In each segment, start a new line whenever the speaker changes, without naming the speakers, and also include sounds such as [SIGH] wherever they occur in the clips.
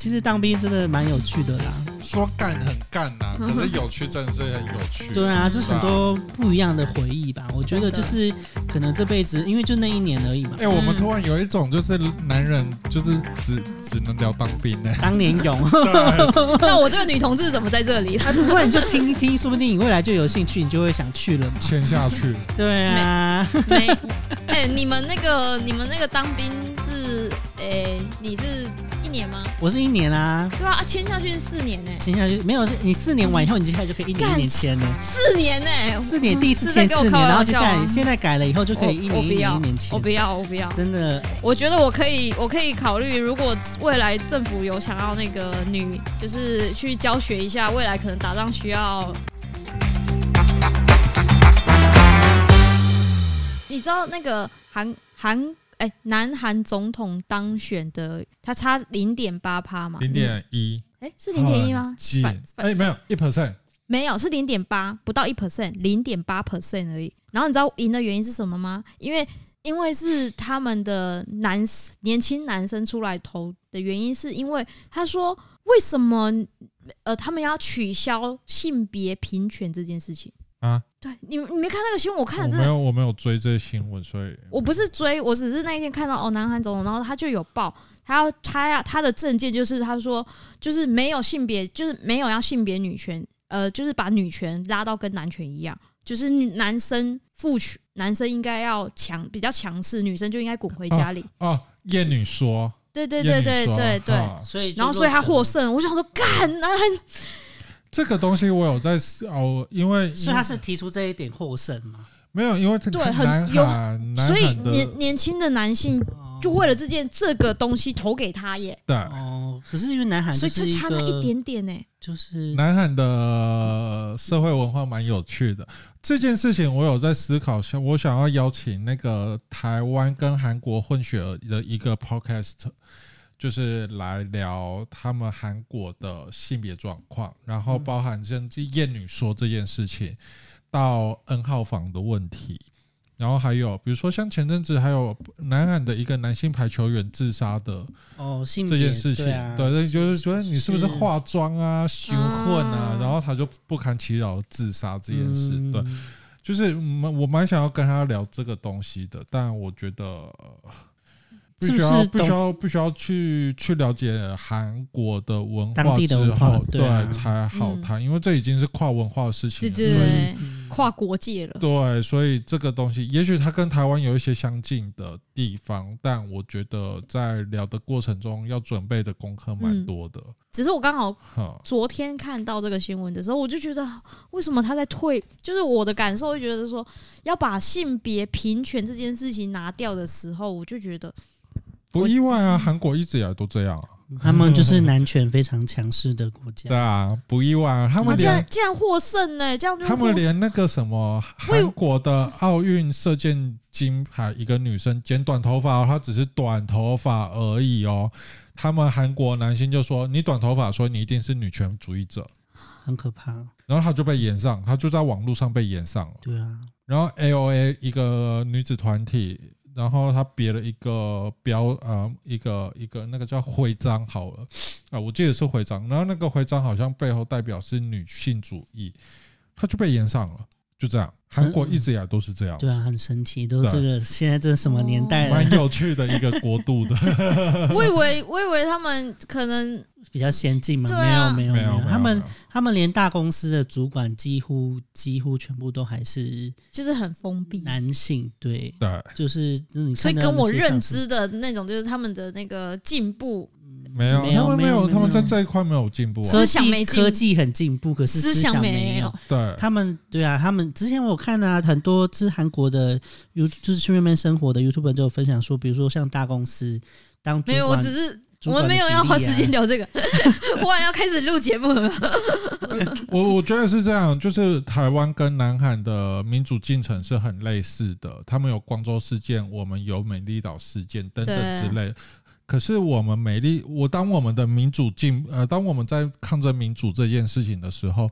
其实当兵真的蛮有趣的啦。
说干很干呐、可是有趣真的是很有趣。
对啊，就是很多不一样的回忆吧。我觉得就是可能这辈子，因为就那一年而 [LAUGHS] 已嘛
哎、，我们
嗯
突然有一种就是男人就是只只能聊当兵 [LAUGHS] 呢、
当年勇，
对，
[LAUGHS] 那我这个女同志怎么在这里？
不然你就听一听，说不定你未来就有兴趣，你就会想去了嘛。
签下去。
嗯
对啊，
[LAUGHS] 没， [LAUGHS] 哎、你们那个你们那个当兵是，哎、你是一年吗？
我是一年啊，
对啊，啊签下去是四年呢、
签下去没有，是你四年完以后，你接下来就可以一年一年签了。
四年欸呢、
四年第一次签
是在跟
四
我开
年，
玩笑
然后接下来现在改了以后就可以一
我我
年
不
一年
要
一年
我
签
不。要，我不要。
真的，
我觉得我可以，我可以考虑，如果未来政府有想要那个女，就是去教学一下，未来可能打仗需要。你知道那个韩韩哎，南韩总统当选的，他差零点八趴嘛？
零点一，
哎是零点一吗？
几？
反
哎、没有一 percent，
没有，是零点八，不到一 percent，零点八 percent 而已。然后你知道赢的原因是什么吗？因为因为是他们的男年轻男生出来投的原因，是因为他说为什么呃他们要取消性别平权这件事情
啊？
对，你你没看那个新闻？我看
我
了真
没
的
有我没有追这新闻，所以
我不是追，我只是那一天看到哦，南韩总统，然后他就有报，他要他要他的证件就是他说就是没有性别，就是没有要性别女权，呃，就是把女权拉到跟男权一样，就是女男生父权，男生应该要强比较强势，女生就应该滚回家里。
哦，艳女说，
对对
艳
对
女
对
说
对对。
哈
所以
然后，所以他获，胜。我想说，干，南韩
这个东西我有在思哦，因为
所以他是提出这一点获胜嘛。
没有，因为
啊对
看
很
南
有
韩，南
所以
韩的
年年轻的男性就为了这件这个东西投给他耶，
对
哦，可是因为南韩
所
就
以就是
一
差那
个
一点点呢。
就是
南韩的社会文化蛮有趣的。这件事情我有在思考，像我想要邀请那个台湾跟韩国混血儿的一个 podcast，就是来聊他们韩国的性别状况，然后包含像艳女说这件事情到 N 号房的问题。然后还有，比如说像前阵子还有南韩的一个男性排球员自杀的
哦性别
这件事情，
对啊，
对，就是觉得你是不是化妆啊、羞混啊
啊，
然后他就不堪其扰自杀这件事，
嗯
对，就是蛮我蛮想要跟他聊这个东西的，但我觉得呃必
是不
须要
是
必须
懂
要必须要去去了解韩国的文
当
化
地
之
的文化
后，
对啊
才好
嗯
谈，因为这已经是跨文化的事情
对
了，
对
所以
对，
嗯
跨国界了。
对，所以这个东西，也许它跟台湾有一些相近的地方，但我觉得在聊的过程中要准备的功课蛮
嗯
多的。
只是我刚好
哈、
昨天看到这个新闻的时候，我就觉得为什么他在退？就是我的感受会觉得说，要把性别平权这件事情拿掉的时候，我就觉得
不意外啊，韩国一直以来都这样啊。
他们
[LAUGHS]
就是男权非常强势的国
对
家。
啊，不意外啊，他
他
们
竟然
连
竟然获胜呢、这样就
他们
获
连那个什么
为
韩国的奥运射箭金牌，一个女生剪短头发、哦，她只是短头发而已哦。他们韩国男星就说：“你短头发，所以你一定是女权主义者。
很可怕，”
然后他就被延上，他就在网络上被延上了。
对啊，
然后 A O A 一个女子团体，然后她别了一个标呃一个一个那个叫徽章好了啊，我记得是徽章，然后那个徽章好像背后代表是女性主义，她就被延上了，就这样。韩国一直以来都是这样，
对啊，很神奇，都
对
这个现在这
哦
什么年代了
蛮，有趣的一个国度的。
我以为我以为他们可能
比较先进嘛？
对
没有
啊
[LAUGHS] 没有
没有，没有
他们
没有
他们连大公司的主管几乎几乎全部都还是
就是很封闭，
男性，对，
对
就是就是你看
所以
到
跟
那
我
些
认
上市
知的那种就是他们的那个进步
没有，
没有
他们
没有
他们在
没有
这一块没有进步啊。
科
思想
技
没进步
科技很进步，可是
思
思
想
想
没
有
有。
对，
他们对啊，他们之前我看啊，很多是韩国的 You 就是去那边生活的 YouTuber 就有分享说，比如说像大公司当主
没有，我
管
只是。
主
我
管
们
的
没有要花时
比
间
例啊
聊这个， [LAUGHS] 忽然要开始录节目了。
[LAUGHS]
[LAUGHS] 我我觉得是这样，就是台湾跟南韩的民主进程是很类似的，他们有光州事件，我们有美丽岛事件等等
对
之类。可是我们美丽，我当我们的民主进呃，当我们在抗争民主这件事情的时候，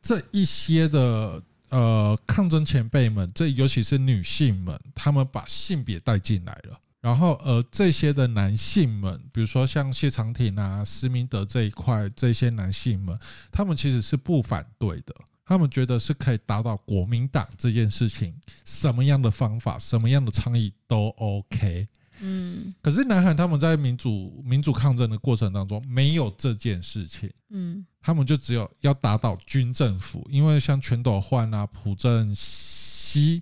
这一些的呃抗争前辈们，这尤其是女性们，她们把性别带进来了。然后呃，这些的男性们，比如说像谢长廷啊、施明德这一块，这些男性们，他们其实是不反对的，他们觉得是可以打倒国民党这件事情，什么样的方法、什么样的倡议都 OK。
嗯
可是南韩他们在民主民主抗争的过程当中，没有这件事情。
嗯
他们就只有要打倒军政府，因为像全斗焕啊、朴正熙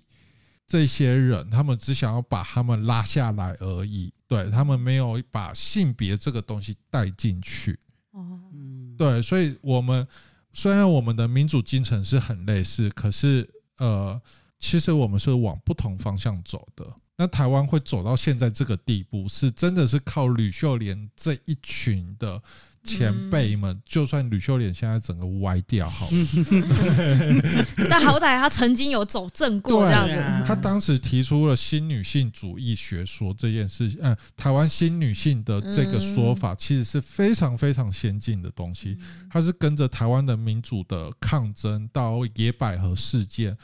这些人，他们只想要把他们拉下来而已。对他们没有把性别这个东西带进去。
哦
嗯，
对，所以我们虽然我们的民主进程是很类似，可是呃，其实我们是往不同方向走的。那台湾会走到现在这个地步，是真的是靠吕秀莲这一群的前辈们。就算吕秀莲现在整个歪掉好了，
[LAUGHS] 但好歹他曾经有走正过这
对
样
对
子，
啊
他当时提出了新女性主义学说这件事，嗯、台湾新女性的这个说法其实是非常非常先进的东西。它是跟着台湾的民主的抗争到野百合事件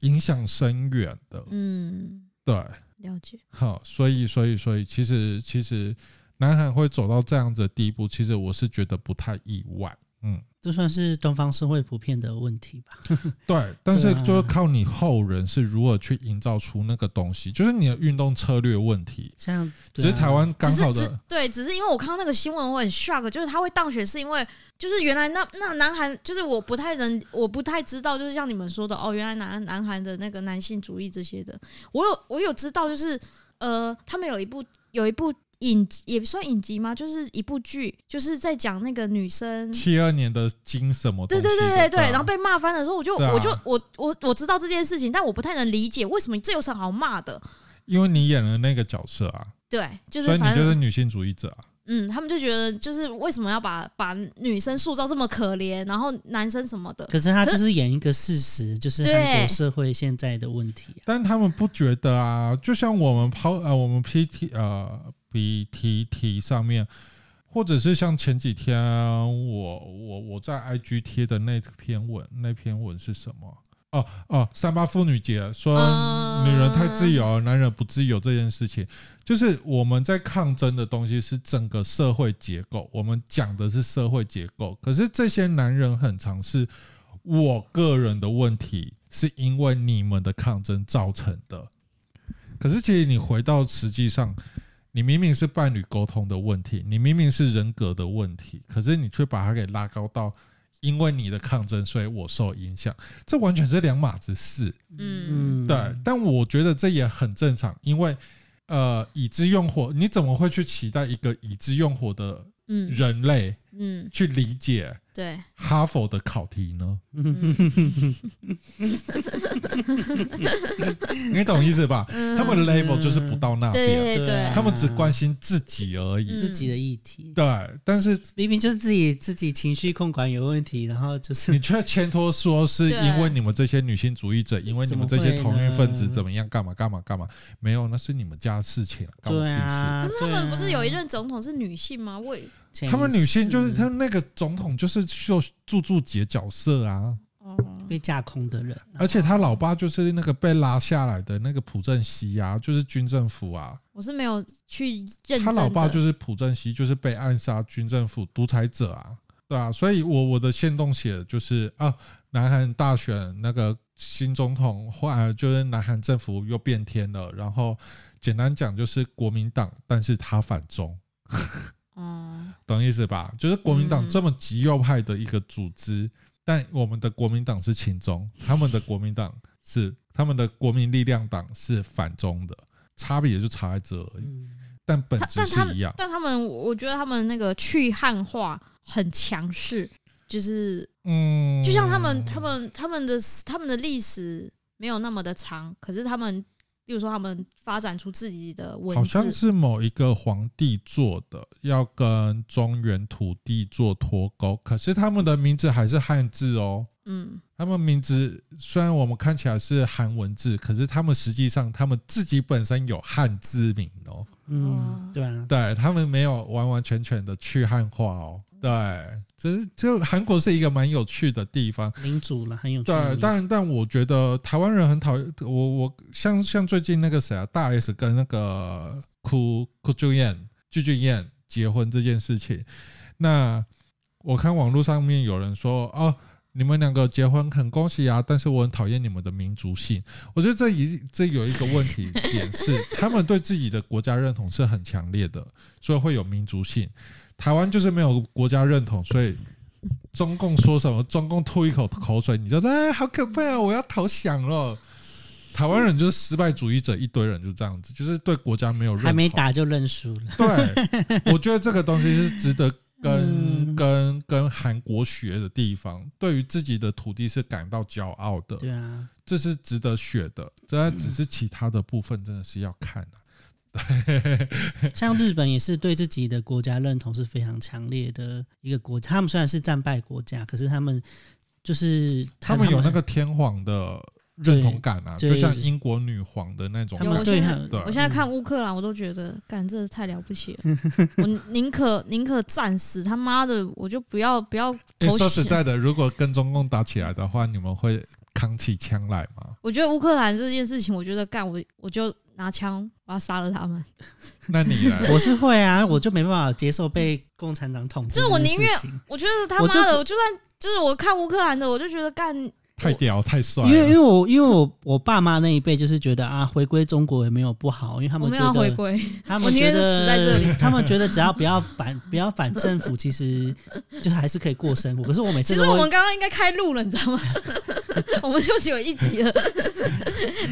影响深远的，
嗯，
对，
了解，
好，所以所以所以，其实其实南韩会走到这样子的地步，其实我是觉得不太意外，嗯，
这算是东方社会普遍的问题吧？
对，但是
对啊
就是靠你后人是如何去营造出那个东西，就是你的运动策略问题，
像
只
对啊
是台湾
只
刚
是嗯
好
只
的。
对，只是因为我看到那个新闻，我很 shock，就是他会当选是因为，就是原来那那南韩，就是我不太能，我不太知道，就是像你们说的，哦，原来南南韩的那个男性主义这些的，我有我有知道，就是呃，他们有一部有一部影集也不算影集吗？就是一部剧，就是在讲那个女生
七二年的金什么东
对
西？
对对对对，
啊
然后被骂翻的时候，我就、
对啊
我就我我我知道这件事情，但我不太能理解为什么这有什么好骂的。
因为你演了那个角色啊，
对，就
所
是
以你
反正
就是女性主义者啊。
嗯，他们就觉得就是为什么要把把女生塑造这么可怜，然后男生什么的，
可是他就是演一个事实，就是韩
对
国社会现在的问题啊、
但他们不觉得啊，就像我们抛呃，我们 PT 呃 BTT 上面，或者是像前几天我我我在 IG 贴的那篇文，那篇文是什么？哦哦，三八妇女节说
嗯
女人太自由，男人不自由这件事情，就是我们在抗争的东西是整个社会结构，我们讲的是社会结构，可是这些男人很常是我个人的问题是因为你们的抗争造成的。可是，其实你回到实际上，你明明是伴侣沟通的问题，你明明是人格的问题，可是你却把它给拉高到因为你的抗争，所以我受影响，这完全是两码子事。
嗯，
嗯，
对，但我觉得这也很正常，因为呃，已知用火，你怎么会去期待一个已知用火的
嗯
人类
嗯，
去理解 [LAUGHS]
对，
哈佛的考题呢？
嗯
你懂意思吧？他们的 level 就是不到那
对
边，
嗯对对
对啊
他们只关心自己而已。
嗯
自己的议题，
对，但是
明明就是自己自己情绪控管有问题，然后就是
你却牵拖说是因为你们这些女性主义者，因为你们这些同运分子怎么样，干嘛干嘛干嘛？没有，那是你们家的事情，干我
对
屁事。
啊，
可是他
对
们
啊
不是有一任总统是女性吗？我也
前
他们女性就是
世
他们那个总统就是秀柱柱姐角色啊，
哦，
被架空的人，
而且他老爸就是那个被拉下来的那个朴正熙啊，就是军政府啊，
我是没有去认真
他
的。
老爸就是朴正熙，就是被暗杀军政府独裁者啊，对啊，所以我我的线动写的就是啊，南韩大选那个新总统换，呃就是南韩政府又变天了，然后简单讲就是国民党，但是他反中。
哦，
懂意思吧？就是国民党
嗯
这么极右派的一个组织，但我们的国民党是亲中，他们的国民党是他们的国民力量党是反中的，差别也就差在这而已，
嗯，
但本
他
质
但他
是一
们
样。
但他们，我我觉得他们那个去汉化很强势，就是
嗯，
就像他们、他们、他们的、他们的历史没有那么的长，可是他们，例如说他们发展出自己的文
好
字，
像是某一个皇帝做的，要跟中原土地做脱钩，可是他们的名字还是汉字哦。
嗯，
他们名字虽然我们看起来是韩文字，可是他们实际上他们自己本身有汉字名哦。
嗯
哦，
对啊，
对他们没有完完全全的去汉化哦，对，只是就韩国是一个蛮有趣的地方。
民主了，很有趣的民
对，
主。
但但我觉得台湾人很讨厌我，我像像最近那个谁啊，大 S 跟那个哭哭俊彦、具俊彦结婚这件事情，那我看网络上面有人说哦。你们两个结婚很恭喜啊，但是我很讨厌你们的民族性。我觉得这一这有一个问题点是，他们对自己的国家认同是很强烈的，所以会有民族性。台湾就是没有国家认同，所以中共说什么，中共吐一口口水，你就哎，好可怕啊！我要投降了。台湾人就是失败主义者，一堆人就这样子，就是对国家没有认同。
还没打就认输了，
对，我觉得这个东西是值得跟、
[LAUGHS] 嗯
跟跟韩国学的地方，对于自己的土地是感到骄傲的，
对啊，
这是值得学的。这只是其他的部分，真的是要看啊。
嗯像日本也是对自己的国家认同是非常强烈的一个国家。他们虽然是战败国家，可是他们就是
他们有那个天皇的认同感啊，
对
就像
对
英国女皇的那种
他
感
有
们
我
觉。
对
现
他
在
们
啊对
我现在看乌克兰，我都觉得，干，这太了不起
[LAUGHS]
了！我宁可宁可战死，他妈的，我就不要不要
诶
投
说实
降。
在的，如果跟中共打起来的话，你们会扛起枪来吗？
[LAUGHS]
我觉得乌克兰这件事情，我觉得干我我就拿枪，我要杀了他们。
那你呢？
我是会啊，我就没办法接受被共产党统治
就是我
这件
宁愿
事情，
我觉得他
我就
妈的，我就算就是我看乌克兰的，我就觉得干
太屌太帅
因为因为
了！
我因为我我爸妈那一辈就是觉得啊，回归中国也没有不好，因为他
我
们
们
觉
要回
得
归。
他
我
们
宁
觉
愿
得
死在这里，
[LAUGHS] 他们觉得只要不要反不要反政府，其实就还是可以过生活。可是我每
其
次
实
都
我
会
们刚刚应该开录了，你知道吗？我们就只有一集了，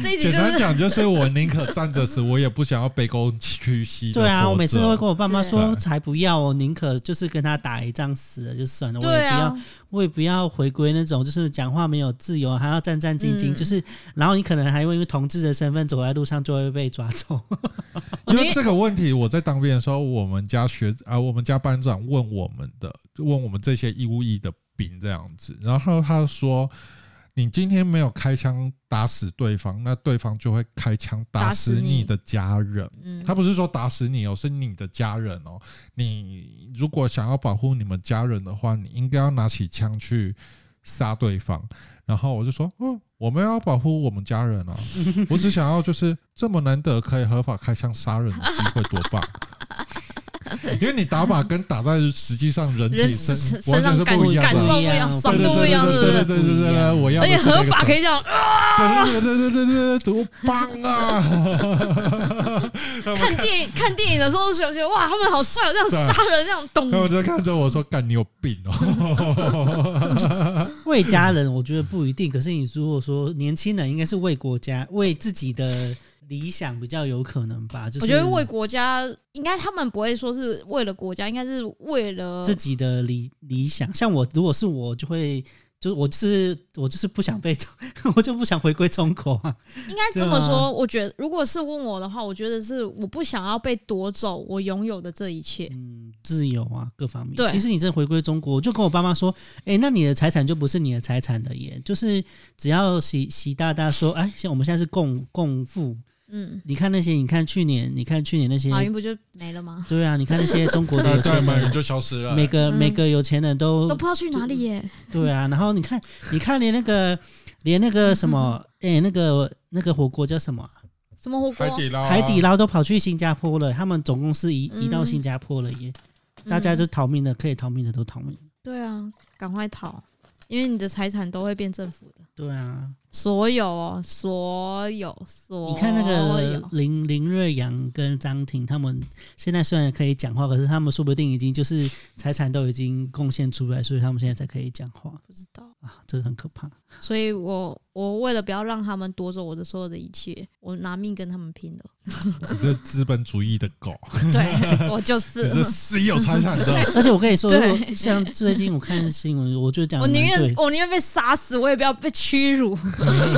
这一集
简
就
单
是
[LAUGHS]
讲，就是我宁可站着死，我也不想要卑躬屈膝。
对啊，我每次都会跟我爸妈说，
对
才不要哦，宁可就是跟他打一仗死了就算了，我也
对
不要
啊，，
我也不要回归那种就是讲话没有自由，啊还要战战兢兢，
嗯
就是然后你可能还会因为同志的身份走在路上就会被抓走。 [LAUGHS]
因为这个问题，我在当兵的时候，我们家学啊，我们家班长问我们的，问我们这些义务役的兵这样子，然后他说：“你今天没有开枪打死对方，那对方就会开枪打
打死
死你
你
的家人。”
嗯，
他不是说打死你哦，是你的家人哦。你如果想要保护你们家人的话，你应该要拿起枪去杀对方。然后我就说，嗯，我们要保护我们家人啊，我只想要就是这么难得可以合法开枪杀人的机会，多棒！因为你打靶跟打在实际上人体
人
身
身
完
身
全
上
是
感
不一样
感
的。
受不一样，
对
爽度不一样，
对
对不
对对
对？
对对对，我要
而且合法可
以，
以这样，啊
对对对对对对，多棒啊！
看电影看电影的时候就觉得哇，他们好帅哦，这样杀人这样懂
他，们就看着我说：“干，你有病哦
为家人，我觉得不一定。可是你如果说年轻人，应该是为国家、为自己的理想比较有可能吧。就是
我觉得为国家应该他们不会说是为了国家，应该是为了
自己的理理想，像我如果是我就会。就我就是我就是不想被， [LAUGHS] 我就不想回归中国啊！
应该这么
对啊
说，我觉得如果是问我的话，我觉得是我不想要被夺走我拥有的这一切。
嗯，自由啊，各方面。
对
其实你真的回归中国，我就跟我爸妈说，哎、那你的财产就不是你的财产的耶，就是只要习习大大说，哎，像我们现在是共共富，
嗯，
你看那些，你看去年，你看去年那些，
马云不就没了吗？
[LAUGHS] 对啊，你看那些中！”国的
对
有
[LAUGHS] 对，
钱
马云
人，
就消失了。
每个、
嗯
每个有钱人都
都不知道去哪里耶。
对啊，然后你看，你看连那个连那个什么，哎、那个那个火锅叫什么啊、
什么火锅
海？底捞啊，
海底捞都跑去新加坡了，他们总公司移移到
嗯
新加坡了耶，
嗯
大家就逃命的，可以逃命的都逃命。
对啊，赶快逃，因为你的财产都会变政府的。
对啊，
所有哦，所有哦所有，
你看那个林林瑞阳跟张婷，他们现在虽然可以讲话，可是他们说不定已经就是财产都已经贡献出来，所以他们现在才可以讲话
不知道。
啊，这个很可怕。
所以我我为了不要让他们夺走我的所有的一切，我拿命跟他们拼
[LAUGHS]
了。
你这资本主义的狗，
对我就
你是
是，
私有财产
[LAUGHS]
的。
而且我跟你说，如
[LAUGHS] 对
果像最近我看新闻，我就讲
[LAUGHS] 我
得
宁
蛮对
愿
的
我宁愿被杀死，我也不要被屈辱。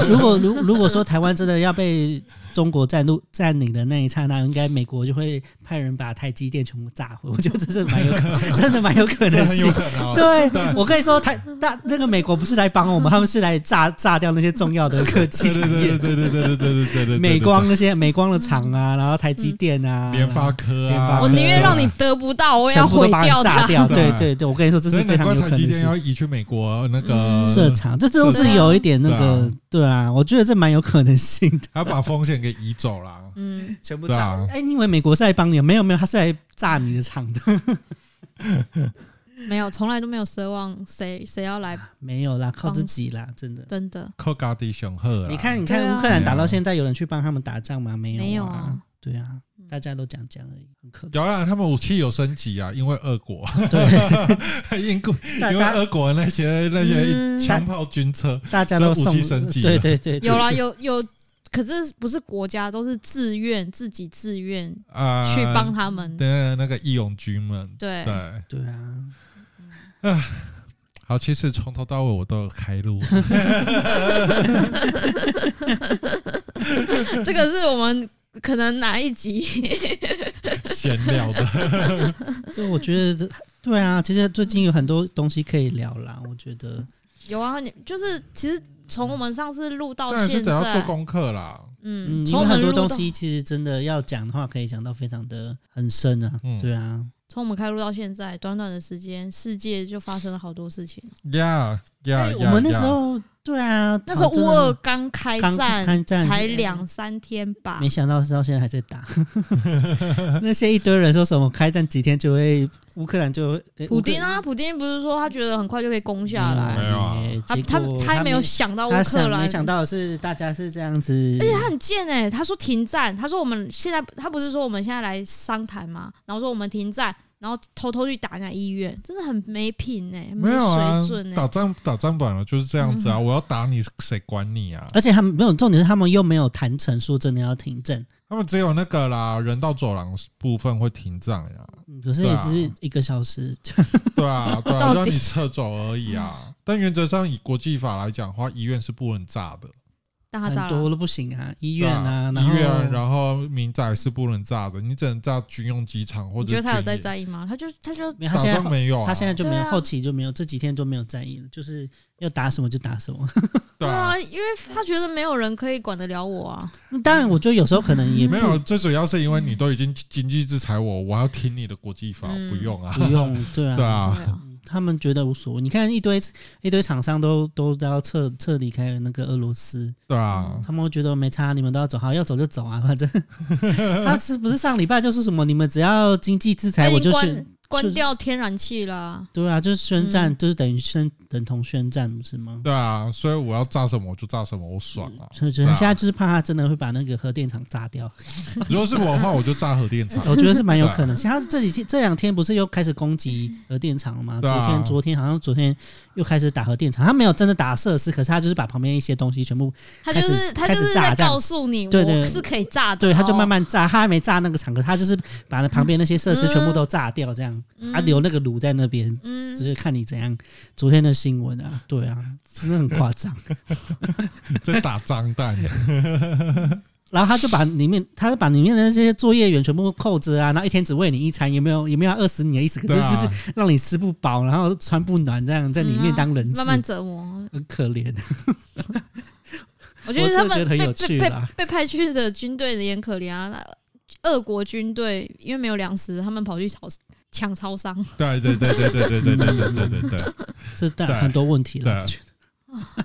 如果如如果说台湾真的要被中国占入占领的那一刹那，应该美国就会派人把台积电全部炸毁。我觉得这是蛮有可， [LAUGHS] 真的蛮有可
这
能
很有
性。
可能、哦。 [LAUGHS]
对，我跟你说，台大那个美国不是来帮我们，他们是来炸炸掉那些重要的科技
对
产
对对
业，
对对对对对对对对，
美光那些美光的厂啊，然后台积电啊，
联发科啊，
好
我宁愿让
对
你得不到，我也
全
嗯要
部
毁
都把
掉
你炸
它。
掉。
对
对对对，我跟你说，这
所
是
以
非
难
常
怪
有可
台积
能
电
性。
要移去美国那个
嗯
设厂，这都
设
是有一点那个
厂，
对啊，我觉得这蛮有可能性
[LAUGHS]
的。
还要把风险给移走了。
嗯，
全部
对
炸
啊！
哎、你以为美国是来帮你？没有没有，他是来炸你的厂的。 [LAUGHS]
没有，从来都没有奢望谁谁要来，
没有啦，靠
帮
自己啦，真
啊
的。
真的
靠家的雄鹤啦，
你看，你
对
看
啊
乌克兰打到现在，有人去帮他们打仗吗？没有、啊，
没有啊。
对啊，大家都讲讲而已，很可
当然他们武器有升级啊，因为俄国，
对，
[LAUGHS] 因故
大
因为
家
俄国那些那些
嗯
枪炮军车，
大家都
所以
送
武器升级
对
了
对对，对
有啦，有有，可是不是国家，都是自愿自己自愿
啊，
去帮他们。
的那个义勇军们，
对，
对。
对啊，
好，其实从头到尾我都有开
[LAUGHS]
路，
[LAUGHS] 这个是我们可能哪一集？
闲聊的。
这我觉得这对啊，其实最近有很多东西可以聊啦，我觉得
有啊，你就是其实从我们上次录到
当然是
现
得要做
在，
功课啦。
嗯，
嗯，因
从
为
我们
很多
录到
东西其实真的要讲的话，可以讲到非常的很深啊，
嗯
对啊，
从我们开录到现在，短短的时间，世界就发生了好多事情。
呀呀
哎
呀！
我们那时
呀
候对啊，
那时候
好真
乌
的
俄刚开
刚开
战，
战
才两三天吧
没。想到是到现在还在打， [LAUGHS] 那些一堆人说什么开战几天就会乌克兰就会
普丁啊，普丁不是说他觉得很快就可以攻下
没
来，
有啊
嗯
他
哎结
他
果
他也没有
想
想到乌
他
克
想
兰
没，想到的是大家是这样子，
他很贱哎、他说停战，他说我们现在他不是说我们现在来商谈嘛，然后说我们停战，然后偷偷去打人家医院，真的很没品哎、
没有啊
水
欸
准，哎、
打仗打仗本来就是这样子啊！
嗯
我要打你，谁管你啊？
而且他们没有重点是他们又没有谈成说真的要停战，
他们只有那个啦，人道走廊部分会停战呀，
嗯可是
对
也
啊
只是一个小时，
对
[LAUGHS]
啊，对啊，
到底
让你撤走而已啊。但原则上，以国际法来讲的话，医院是不能炸的，
但他
很
炸
多
了，
都不行啊，医
医
院啊，然
医
后
院，然后民宅是不能炸的，你只能炸军用机场或
你
者
觉得他有
军
在
营
在意吗？他就他就
没有他
打
现在
仗
后
没有啊？
他现在就没有
对啊
后期就没有这几天就没有战役了，就是要打什么就打什么。 [LAUGHS]
对
对
啊
啊，，因为他觉得没有人可以管得了我啊，
当然，我觉得有时候可能也
没有，啊最主要是因为你都已经经济制裁我，我要听你的国际法，
嗯
不用啊，
不
[LAUGHS]
用，对啊，
对
对
啊，
啊，
他们觉得无所谓。你看一堆一堆厂商都都要撤撤离开那个俄罗斯，
对啊，
他们会觉得没差，你们都要走，好要走就走啊，反
[LAUGHS]
正他是不是上礼拜就是什么，你们只要经济制
他
裁，哎我
已
就
经关
是
关掉天然气了啊，
对啊，就是宣战，
嗯
就是等于宣等同宣战，不是吗？
对啊，所以我要炸什么我就炸什么，我爽啊！
所以觉
对
得
啊
现在就是怕他真的会把那个核电厂炸掉，
如果是我的话，我就炸核电厂。
我觉得是蛮有
[LAUGHS] 对啊
可能。像他这几天这两天不是又开始攻击核电厂了吗？
对啊
昨天昨天好像昨天又开始打核电厂，他没有真的打设施，可是他就是把旁边一些东西全部
他就是他
开始
就
开始
是
炸
在
这样
告诉你，
对对
我是可以炸的哦，
对，他就慢慢炸，他还没炸那个场，可是他就是把那旁边那些设施全部都炸掉，这样，
哦
嗯
他留那个炉在那边，
嗯
只是看你怎样。昨天的新闻啊，对啊，真的很夸
[LAUGHS]
张。
在打脏蛋，
然后他就把里面，他就把里面的那些作业员全部扣着啊，然后一天只喂你一餐，也没有也没有要饿死你的意思，可
对
是就
啊
是，让你吃不饱，然后穿不暖，这样在里面当人质，
嗯慢慢折磨，
很可
[LAUGHS]
怜。
我觉得他
我真的
们
觉得很
被
有趣
被被
啦
被派去的军队的也很可怜啊。那俄国军队因为没有粮食，他们跑去超抢超商，
对对对对对对对对对对对对，
这当
对
然很多问题
对
了，我觉得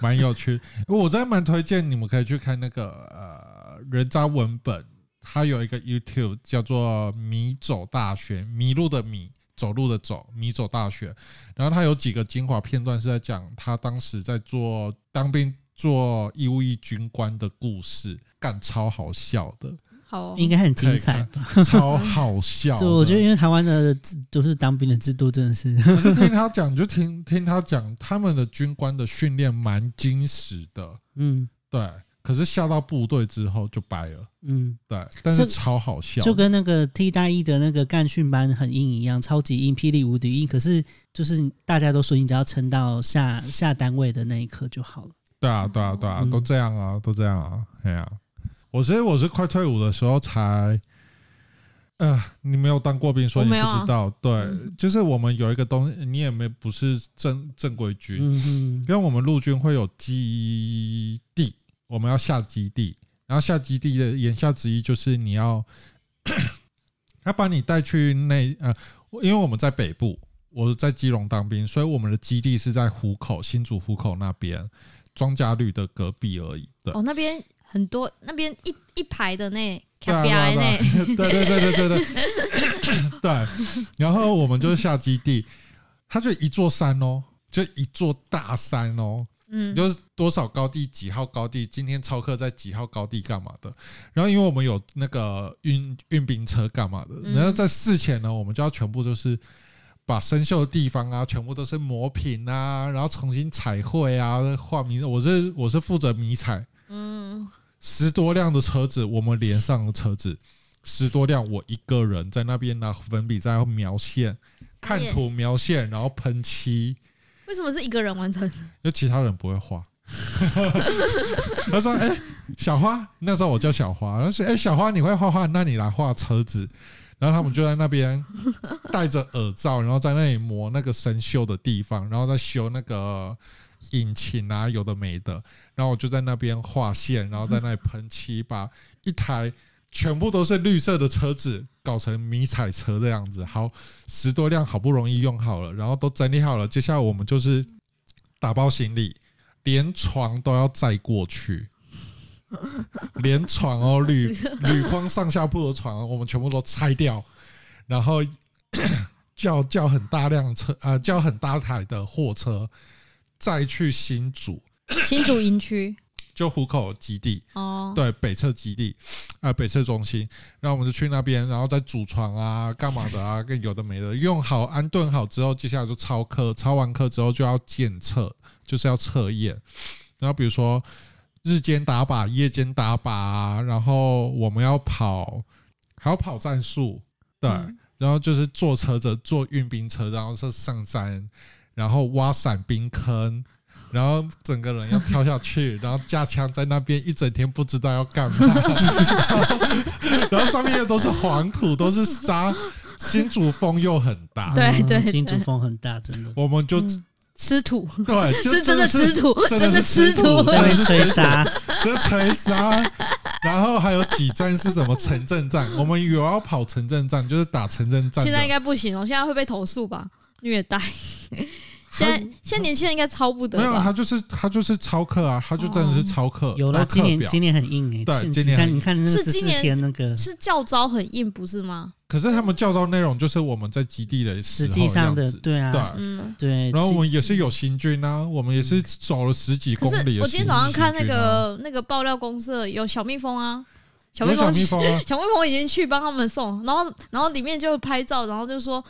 蛮有趣。我真的蛮推荐你们可以去看那个呃人渣文本，它有一个 YouTube 叫做“迷走大学”，迷路的迷，走路的走，迷走大学。然后它有几个精华片段是在讲他当时在做当兵、做义务役军官的故事，干超好笑的，
好哦、
应该很
可以
精彩。
看，超
[LAUGHS]
好笑的。
就我觉得，因为台湾的制就是当兵的制度真的是，
可是听他讲，就听听他讲，他们的军官的训练蛮精实的，
嗯
对。可是下到部队之后就掰了，
嗯，
对，但是
这
超好笑，
就跟那个替代役的那个干训班很硬一样，超级硬，霹雳无敌硬。可是就是大家都说，你只要撑到下下单位的那一刻就好了。
对啊，对啊，对啊，
嗯
都这样啊，都这样啊，哎呀、我所以我是快退伍的时候才，呃，你没有当过兵，所以
我
你
没有
不
啊
知道。对
嗯，
就是我们有一个东西，你也没不是正正规军，
嗯嗯
因为我们陆军会有基地，我们要下基地，然后下基地的言下之意就是你要 [CLEARS THROAT] 他把你带去内呃，因为我们在北部，我在基隆当兵，所以我们的基地是在湖口新竹湖口那边庄家绿的隔壁而已。对，
哦，那边很多，那边一一排的那
对啊
KPI
对啊对
那，
对对对对对
[LAUGHS]
对，然后我们就下基地，它就一座山哦，就一座大山哦，
嗯，
就是多少高地几号高地，今天超客在几号高地干嘛的。然后因为我们有那个运运兵车干嘛的，
嗯
然后在事前呢，我们就要全部就是把生锈的地方啊，全部都是磨平啊，然后重新彩绘啊，画迷。我是我是负责迷彩，
嗯，
十多辆的车子，我们连上的车子十多辆，我一个人在那边拿粉笔在描线，看
耶
图描线，然后喷漆。
为什么是一个人完成？ [COUGHS]
就其他人不会画。 [LAUGHS] 他说：“哎、小花，那时候我叫小花，然后说：哎、小花，你会画画，那你来画车子。”然后他们就在那边戴着耳罩，然后在那里磨那个生锈的地方，然后再修那个引擎啊，有的没的。然后我就在那边画线，然后在那里喷漆，把一台全部都是绿色的车子搞成迷彩车这样子。好，十多辆好不容易用好了，然后都整理好了，接下来我们就是打包行李，连床都要载过去。连床哦，铝铝框上下铺的床哦，我们全部都拆掉，然后 [COUGHS] 叫叫很大辆车啊、叫很大台的货车，再去新竹，
新竹营区
就虎口基地，
哦，
对北侧基地啊、北侧中心，然后我们就去那边，然后再组床啊、干嘛的啊，跟有的没的，用好安顿好之后，接下来就操课，操完课之后就要检测，就是要测验。然后比如说日间打靶、夜间打靶、啊，然后我们要跑，还要跑战术，对，
嗯
然后就是坐车子、坐运兵车，然后是上山，然后挖伞兵坑。然后整个人要跳下去，然后架枪在那边一整天不知道要干嘛， [LAUGHS] 然后上面又都是黄土，都是沙，新竹风又很大，
对
嗯
对对
新竹风很大，真的。
我们就
嗯吃土，
对，就是
真的
是
吃土，
真的
真的
是
吃
吃土
土，
在那边吹
[LAUGHS]
沙，
就锤杀，然后还有几站是什么城镇战，我们有要跑城镇战，就是打城镇战的。
现在应该不行哦，现在会被投诉吧？虐待，
他
现在现在年轻人应该超不得
没有，他
吧？
就是他就是超课啊，他就真的是超课，
哦有了
他
今
课
年
表。
今年很硬哎、
对
欸，
今年很
你看你看那
是
十
今
四
年
天那个，
是教招很硬，不是吗？
可是他们教招内容就是我们在基地的时
实
候
际上的
这样子
对啊，
对。
嗯，
对，
然后
今
我们也是有行军啊，我们也是走了十几
可
公
是
里的行军啊。
我今天早上看那个那个爆料公社有小蜜蜂啊，小蜜
有小
蜂
蜜蜂啊，
小蜜蜂已经去帮他们送，然后然后里面就拍照，然后就说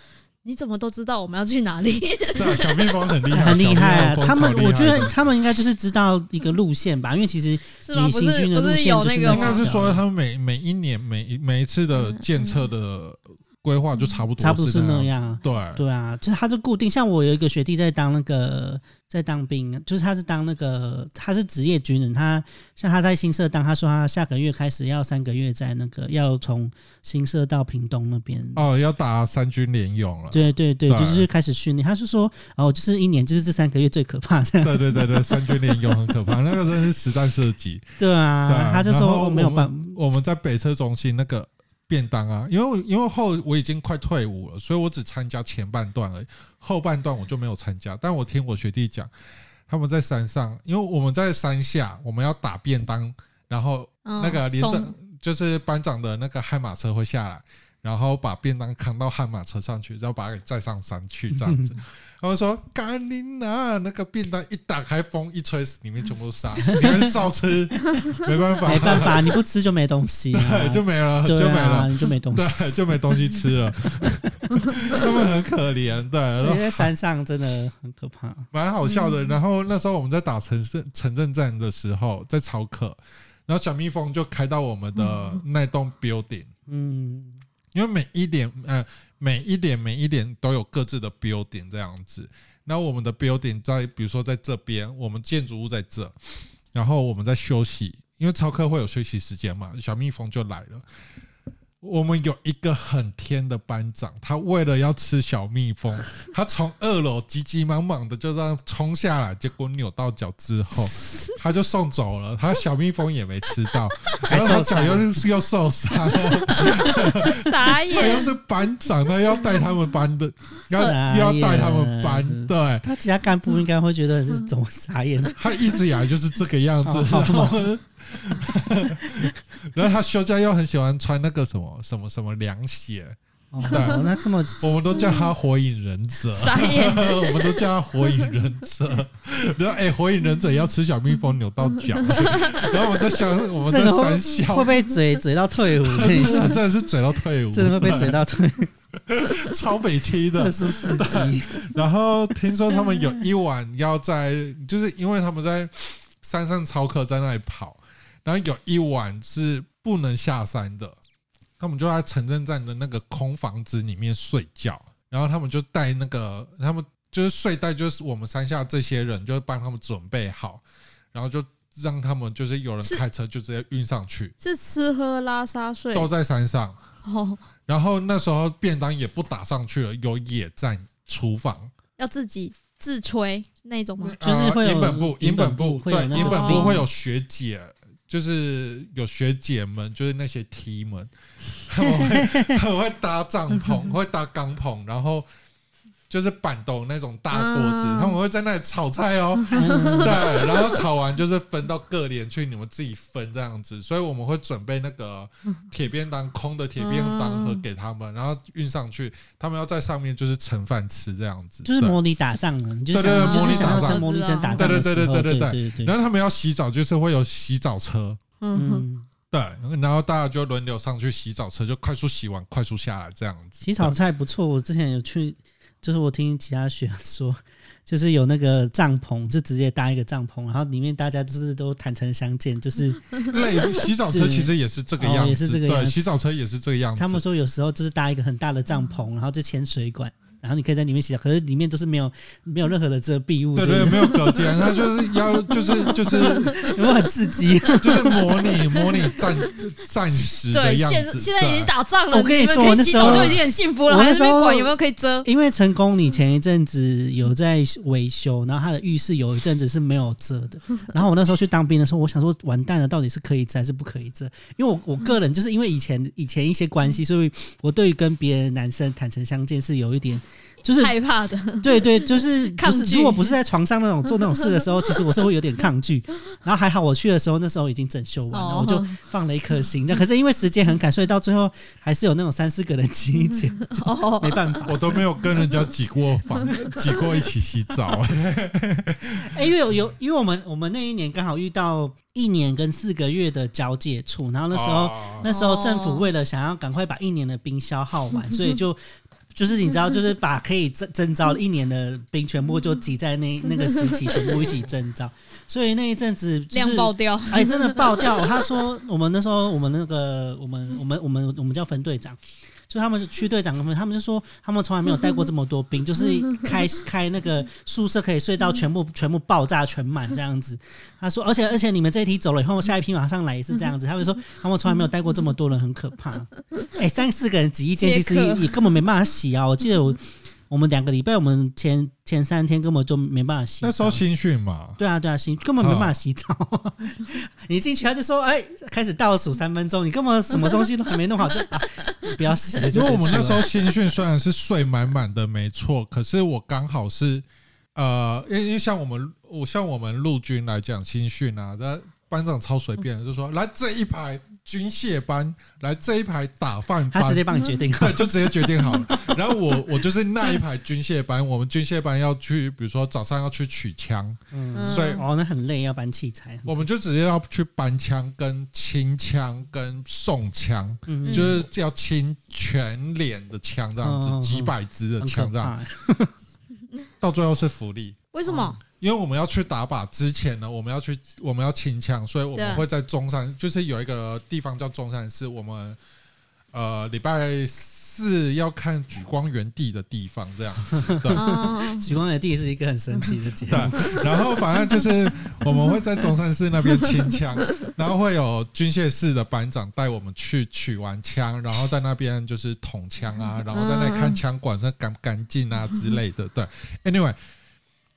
你怎么都知道我们要去哪里？ [LAUGHS]
对，啊小蜜蜂很厉害，
[LAUGHS] 很厉害啊！
小蜜蜂
他们
超厉害的
我觉得他们应该就是知道一个路线吧，因为其实
是吗？
你
不
行
是
军的
不
路
是
线
有
就是
那
那
个
应该
吗？
是说他们每每一年每一每一次的建设的规划就差不多，
差不多
是
是
这
那
样。
样啊。
对，
对啊，就是他是固定，像我有一个学弟在当那个在当兵，就是他是当那个他是职业军人，他像他在新社当，他说他下个月开始要三个月在那个要从新社到屏东那边。
哦，要打三军联勇了。
对对对，
对
就是开始训练。他是说，哦，就是一年，就是这三个月最可怕这样。
对对对对，三军联勇很可怕，那个真的是实弹射击。
[LAUGHS] 对
对啊
啊，他就
然后
说没有
我
办
我们在北车中心那个便当啊，因为我因为后我已经快退伍了，所以我只参加前半段而已，后半段我就没有参加。但我听我学弟讲，他们在山上，因为我们在山下，我们要打便当，然后
嗯
那
啊
个连
送
长就是班长的那个悍马车会下来，然后把便当扛到悍马车上去，然后把它给载上山去这样
[LAUGHS]
子。然后说：“干你呐！那个便当一打开，风一吹，里面全部都
[LAUGHS]
沙，你们照吃，没办法，
没办法，你不吃就没东西、啊，
[LAUGHS] 对，就没了，哦就
对
没
啊，
了，
你就没东西。
对，就没东西吃
[LAUGHS]
了。 [LAUGHS] 他们很可怜，对，然
因
后
为山上真的很可怕。
蛮好笑
嗯
的。然后那时候我们在打城镇城镇战的时候，在操课，然后小蜜蜂就开到我们的那栋 building， [LAUGHS]
嗯，
因为每一点呃每一点每一点都有各自的 building 这样子。那我们的 building 在比如说在这边，我们建筑物在这，然后我们在休息，因为超客会有休息时间嘛，小蜜蜂就来了。我们有一个很天的班长，他为了要吃小蜜
[LAUGHS]
蜂，他从二楼急急忙忙的就这样冲下来，结果扭到脚
[LAUGHS]
之后，他就送走了，他小蜜蜂也没吃到，然后他
还受
脚
伤
又是又受伤了，
[LAUGHS]
傻
他又
哎
眼，
是班长，他要带他们班的，要
傻
要带他们
眼
班，对
他其他干部应该会觉得是怎么傻眼，
他一直以来就是这个样子，
[LAUGHS] 好好好
[LAUGHS] 然后他休假又很喜欢穿那个什么什么什么凉鞋，
哦
对，
那这么
我们都叫他火影忍者， [LAUGHS]
傻眼，
我们都叫他火影忍者。然后哎、火影忍者也要吃小蜜蜂扭到脚， [LAUGHS] 然后我在想，我们在
这个
三
会不
笑，
会嘴嘴到退
[LAUGHS]
伍？我跟你说
真的是嘴到退伍，
真的会被嘴到退，
[LAUGHS] 超北七
特
的。
殊司机。
[LAUGHS] 然后听说他们有一晚要在，就是因为他们在山上超客在那里跑，然后有一晚是不能下山的，他们就在城镇站的那个空房子里面睡觉，然后他们就带那个他们就是睡袋，就是我们山下这些人就帮他们准备好，然后就让他们就是有人
是
开车就直接运上去，
是吃喝拉撒睡
都在山上。
哦，
然后那时候便当也不打上去了，有野战厨房，
要自己自吹那种吗？
嗯
哦
就是会有
呃银本部，银本
银本部
部
会有
对，
那
个
银本
兵
部会有学姐，就是有学姐们，就是那些 T 们， [LAUGHS] 他们会他们会搭帐篷，会搭钢棚，然后就是板斗那种大锅子，
嗯
他们会在那里炒菜哦，
嗯
对，然后炒完就是分到各连去，你们自己分这样子，所以我们会准备那个铁便当，空的铁便当盒
嗯
给他们，然后运上去，他们要在上面就是盛饭吃这样子，
就是
对
模拟打仗了，你就想
对对对
就是想
模拟打
象
仗
成模拟真打仗的
对对
时候，
对对对
对对
然后他们要洗澡，就是会有洗澡车，
嗯哼，
嗯，
对，然后大家就轮流上去洗澡车，就快速洗完，快速下来这样子。
洗澡菜不错，我之前有去，就是我听其他学长说， [LAUGHS] 就是有那个帐篷，就直接搭一个帐篷，然后里面大家就是都坦诚相见，就是
类洗澡车其实也是这个
哦
样
也是
子，
这个样
对，
子
洗澡车也是这个样子。
他们说有时候就是搭一个很大的帐篷，然后就潜水管，然后你可以在里面洗澡，可是里面都是没有没有任何的遮蔽物，
对
就是
对，没有隔间，他就是要就是就是
有没有很刺激？
就是模拟模拟战战时的
对，
样
现
子。
现在已经打仗了，
啊我跟你
你
说我
们可
那
以洗
时候
澡就已经很幸福了，
我
还
那
在
时
那
候
边管有没有可以遮？
因为成功，你前一阵子有在维修，然后他的浴室有一阵子是没有遮
[LAUGHS]
的。然后我那时候去当兵的时候，我想说完蛋了，到底是可以遮还是不可以遮？因为我我个人就是因为以前以前一些关系，所以我对于跟别的男生坦诚相见是有一点，就是
害怕的，
对对，就是不
抗
是
拒
如果不是在床上那种做那种事的时候，其实我是会有点抗
[LAUGHS]
拒。然后还好我去的时候，那时候已经整修完
哦
了，我就放了一颗心。这样可是因为时间很赶，所以到最后还是有那种三四个人挤一
[LAUGHS]
挤，
哦
没办法。
我都没有跟人家挤过房，挤过一起洗澡。
哎、因为有有，因为我们我们那一年刚好遇到一年跟四个月的交界处，然后那时候、
哦
那时候政
哦
府为了想要赶快把一年的兵消耗完，所以
[LAUGHS]
就。就是你知道，就是把可以征征招一年的兵全部就挤在那那个时期，全部一起征招，所以那一阵子就
量
是
爆掉，
哎，真的爆掉！他说我们那时候我们那个我们我们我们我们叫分队长，就他们是区队长，他们他们就说他们从来没有带过这么多兵，就是开开那个宿舍可以睡到全部 [LAUGHS] 全部爆炸全满这样子。他说，而且而且你们这一批走了以后，下一批马上来也是这样子。他们说他们从来没有带过这么多人，很可怕。哎，三四个人挤一间，其实
解渴
也也根本没办法洗啊！我记得我我们两个礼拜，我们前前三天根本就没办法洗澡。
那时候新训嘛，
对啊，对啊，洗根本没办法洗澡。 [LAUGHS] 你进去他就说：“哎、开始倒数三分钟，你根本什么东西都还没弄好，就、啊、不要洗了。”就
因为我
直
们
接
那
出
时
来
候新训虽然是睡满满的，没错，可是我刚好是呃，因为因为像我们我像我们陆军来讲新训啊，那班长超随便的，就说来这一排军械班，来这一排打饭
他直
班
接。帮你决定好
对，，就直接决定好了。然后我我就是那一排军械班，我们军械班要去，比如说早上要去取枪，
嗯，
所以
哦，那很累，要搬器材，
我们就直接要去搬枪、跟清枪、跟送枪，
嗯，
就是要清全脸的枪这样
嗯嗯嗯
子，几百支的
很可
枪这样。
怕。
到最后是福利，
为什么？
因为我们要去打靶之前呢，我们要去我们要清枪，所以我
对
们
啊
会在中山，就是有一个地方叫中山市，我们呃礼拜是要看举光原地的地方这样子的。
嗯，
举光的地是一个很神奇的节目，
对， [LAUGHS] 然后反正就是我们会在中山市那边清枪，然后会有军械室的班长带我们去取完枪，然后在那边就是捅枪啊，然后在那里看枪管算干不干净啊之类的。对，anyway。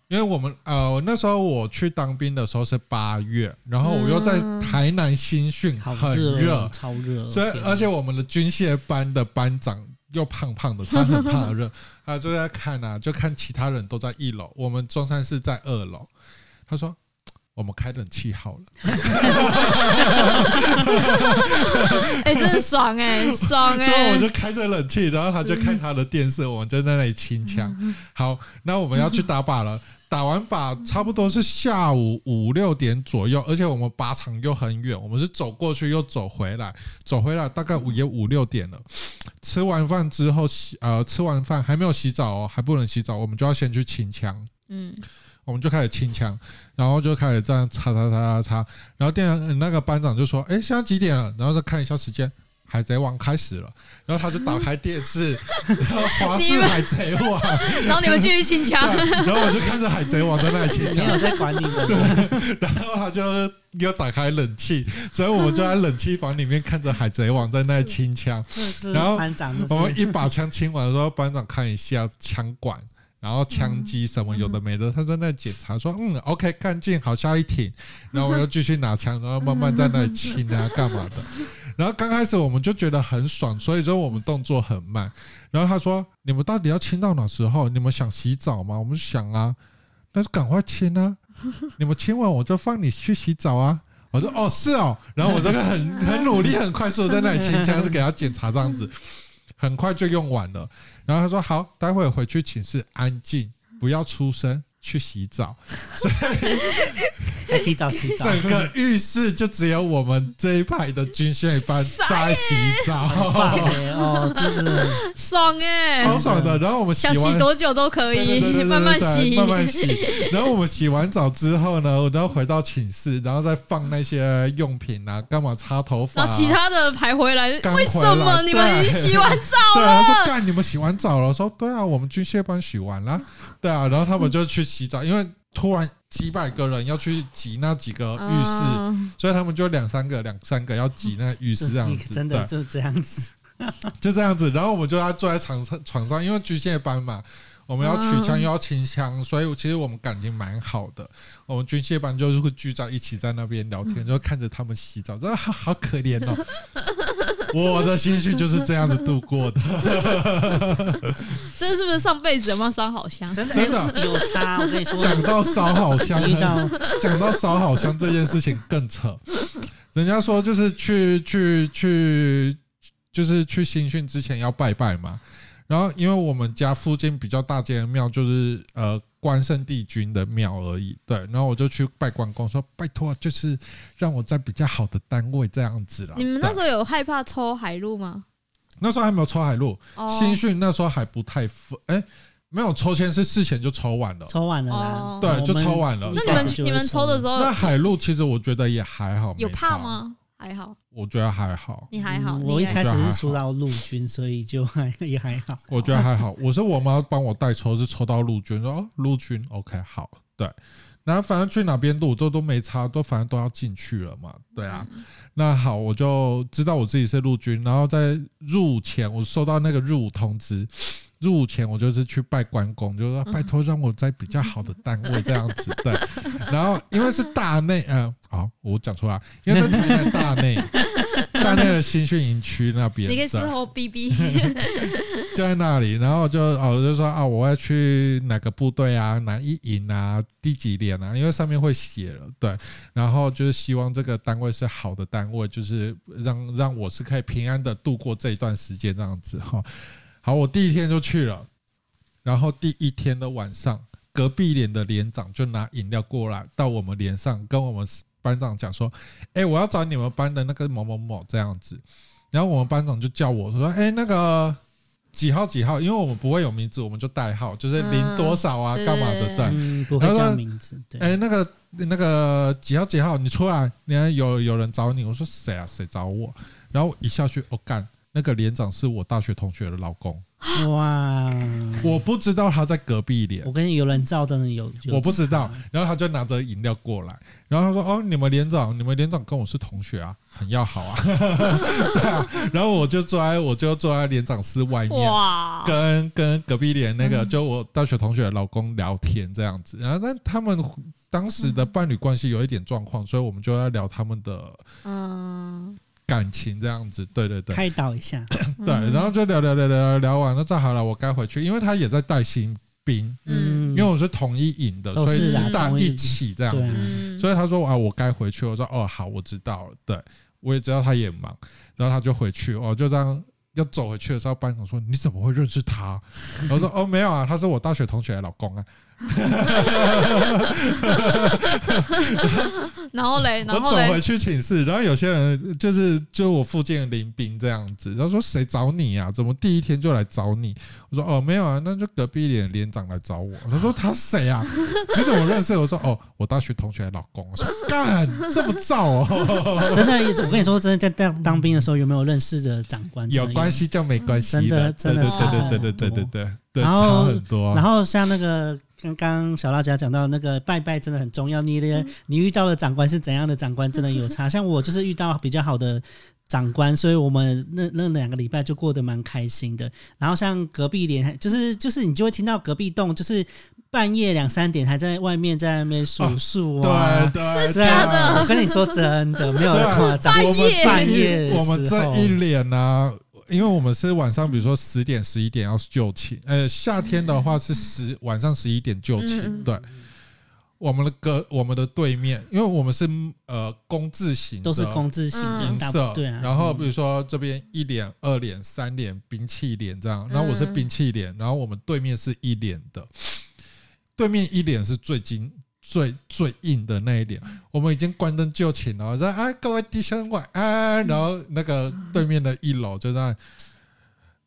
因为我们呃，那时候我去当兵的时候是八月，然后我又在
嗯
台南新训，
好
很热，
哦超热，
所以
天，啊
而且我们的军械班的班长又胖胖的，他很怕热， [LAUGHS] 他就在看啊，就看其他人都在一楼，我们中山市在二楼。他说：“我们开冷气好了。
哎、真的爽哎、
[LAUGHS]
爽”
所以
哎、
我就开着冷气，然后他就看他的电视，我们就在那里清枪。好，那我们要去打靶了。打完靶差不多是下午五六点左右，而且我们靶场又很远，我们是走过去又走回来，走回来大概五也五六点了。吃完饭之后洗呃吃完饭还没有洗澡哦，还不能洗澡，我们就要先去清枪，
嗯，
我们就开始清枪，然后就开始这样擦擦擦擦擦，然后店长呃那个班长就说：“哎，现在几点了？”然后再看一下时间。海贼王开始了，然后他就打开电视，然后滑
你
视
们
海贼王，
然后你们继续清枪，
对，然后我就看着海贼王在那里
[LAUGHS]
清
没有
枪，
在管理的人，
然后他就又打开冷气，所以我们就在冷气房里面看着海贼王在那里清枪。
这是
然后
班长
[LAUGHS]
的
我们
是。
一把枪清完的时候，班长看一下枪管，然后枪机什么有的没的，他在那检查说，嗯，OK，干净，好，下一挺。然后我又继续拿枪，然后慢慢在那里清啊，干嘛的。然后刚开始我们就觉得很爽，所以说我们动作很慢。然后他说：“你们到底要清到哪时候？你们想洗澡吗？”我们想啊，那就赶快清啊！你们清完我就放你去洗澡啊！我说：“哦，是哦。”然后我这个很很努力、很快速地在那里清枪，就给他检查这样子，很快就用完了。然后他说：“好，待会回去寝室安静，不要出声，去洗澡。”
还提早洗澡，
整个浴室就只有我们这一派的军械班在洗
很棒
澡，
耶哦，这是
爽哎、
超爽的。然后我们洗
想洗
完。
多久都可
对对对对
以，
对
慢慢
对
洗，
慢慢洗。然后我们洗完澡之后呢，我都要回到寝室，然后再放那些用品啊，干嘛擦头发、
然
啊。
后其他的排回来，
刚
为
回
什么
来
你们已经洗完澡
对啊，他说
了？
干，你们洗完澡了？我说对啊，我们军械班洗完啦。对啊，然后他们就去洗澡，因为突然几百个人要去挤那几个浴室，
嗯
所以他们就两三个、两三个要挤那个浴室这样
你 [LAUGHS]
子。
真
对
的就这样子，
就这样子，然后我们就要坐在床上，床上，因为局械班嘛，我们要取枪又要清枪，所以其实我们感情蛮好的。我们军械班就是会聚在一起，在那边聊天，就看着他们洗澡，真的好好可怜哦。我的心绪就是这样子度过的，
这是不是上辈子有没有伤好香？
真的
真的
哎有差。我跟你说，
讲到烧好香，
遇到
讲到烧好香这件事情更扯，人家说就是去去去，就是去新训之前要拜拜嘛。然后因为我们家附近比较大间的庙就是呃关圣帝君的庙而已，对。然后我就去拜关公，说拜托，啊就是让我在比较好的单位这样子啦。
你们那时
候
候有害怕抽海陆吗？
那时候还没有抽海陆，
哦，
新训那时候还不太分，哎，没有抽签是事前就抽完了。
抽完了啦
哦，
对
我们
就抽完了
那
一
你
开始
们
就会
你们抽的时候
那海陆其实我觉得也还好，
有
没
怕？吗？还好，
我觉得还好，
你还好，
嗯
你
我一
还
开始是出到陆军，所以就还也还好。
我觉得还好。我是我妈帮我代抽，是抽到陆军，说哦陆军 OK 好，对。然后反正去哪边录都都没差，都反正都要进去了嘛，对啊。
嗯
那好，我就知道我自己是陆军，然后在入伍前我收到那个入伍通知，入伍前我就是去拜关公，就说啊拜托让我在比较好的单位这样子，对。然后因为是大内，嗯、好、我讲出来，因为在台南大
[LAUGHS]
内，大内的新训营区那边，
你可以事
对
后逼
[LAUGHS]
逼，
就在那里，然后就哦，我就说啊，我要去哪个部队啊，哪一营啊，第几连啊，因为上面会写了，对，然后就是希望这个单位是好的单位，就是让让我是可以平安的度过这一段时间这样子哈。好，我第一天就去了，然后第一天的晚上，隔壁连的连长就拿饮料过来到我们连上，跟我们班长讲说，哎、我要找你们班的那个某某某这样子。然后我们班长就叫我说：“哎、那个几号几号，因为我们不会有名字，我们就代号，就是零多少啊，
嗯
干嘛的
对对
对。
嗯，不会叫名字，对，
哎、那个那个几号几号，你出来，你看有有人找你，我说谁啊？谁找我？然后我一下去，我、干，那个连长是我大学同学的老公，
哇！
我不知道他在隔壁连
我，跟有人照真的有，有
我不知道
差。
然后他就拿着饮料过来，然后他说：“哦，你们连长，你们连长跟我是同学啊，很要好啊。” [LAUGHS] 对啊，然后我就坐在我就坐在连长室外面，
哇，
跟跟隔壁连那个
嗯
就我大学同学的老公聊天这样子，然后但他们当时
嗯
的伴侣关系有一点状况，所以我们就要聊他们的
嗯，
感情这样子。对对对，
开嗯导一下，
对，然后就聊聊聊聊聊完了，再好了，我该回去，因为他也在带新兵，
嗯
因为我是同一营的，
都
所以
是
啊
是带
同一
一
营
起这样
对
子。
啊，
嗯
所以他说啊，我该回去。我说哦，好，我知道了。对，我也知道他也忙，然后他就回去。哦，就这样要走回去的时候，班长说你怎么会认识
[LAUGHS]
他？我说哦，没有啊，他是我大学同学的老公啊。
然后嘞，
我
然后
走回
嘞，
去寝室，然后有些人呃就是就我附近的林兵这样子，他说谁找你啊？怎么第一天就来找你？我说哦，没有啊，那就隔壁连连长来找我。他说他谁
[LAUGHS]
啊？你怎么认识？我说哦，我大学同学的老公。我说干这么燥哦。
真的，我跟你说，真的在当当兵的时候，有没有认识的长官？
有
真的
关。系就没关系
真的
对
真的
差很
对对对对对对对对，
然后
差很多。
然后像那个刚刚小辣椒讲到那个拜拜真的很重要，你的你遇到的长官是怎样的长官，真的有差。像我就是遇到比较好的长官，所以我们那那两个礼拜就过得蛮开心的。然后像隔壁连，就是就是你就会听到隔壁栋就是半夜两三点还在外面在那边数
哦
数啊
对，对，
这样
真的假
子
的
我跟你说真的没有夸张，
对
我
我
们
们
半
这
夜
一
的
我们
时候
这一连呢，因为我们是晚上，比如说十点十一点要就寝，呃，夏天的话是
嗯
十晚上十一点就
嗯
寝，对。我们的隔我们的对面，因为我们是呃公字型的，
都是公制型的，
银
大
色，
对啊。
然后比
嗯
如说这边一连、二连、三连兵器连这样，
嗯
然后我是兵器连，然后我们对面是一连的，对面一连是最精。最最硬的那一连，我们已经关灯就寝了，说啊各位弟兄晚安，然后那个对面的一楼就在，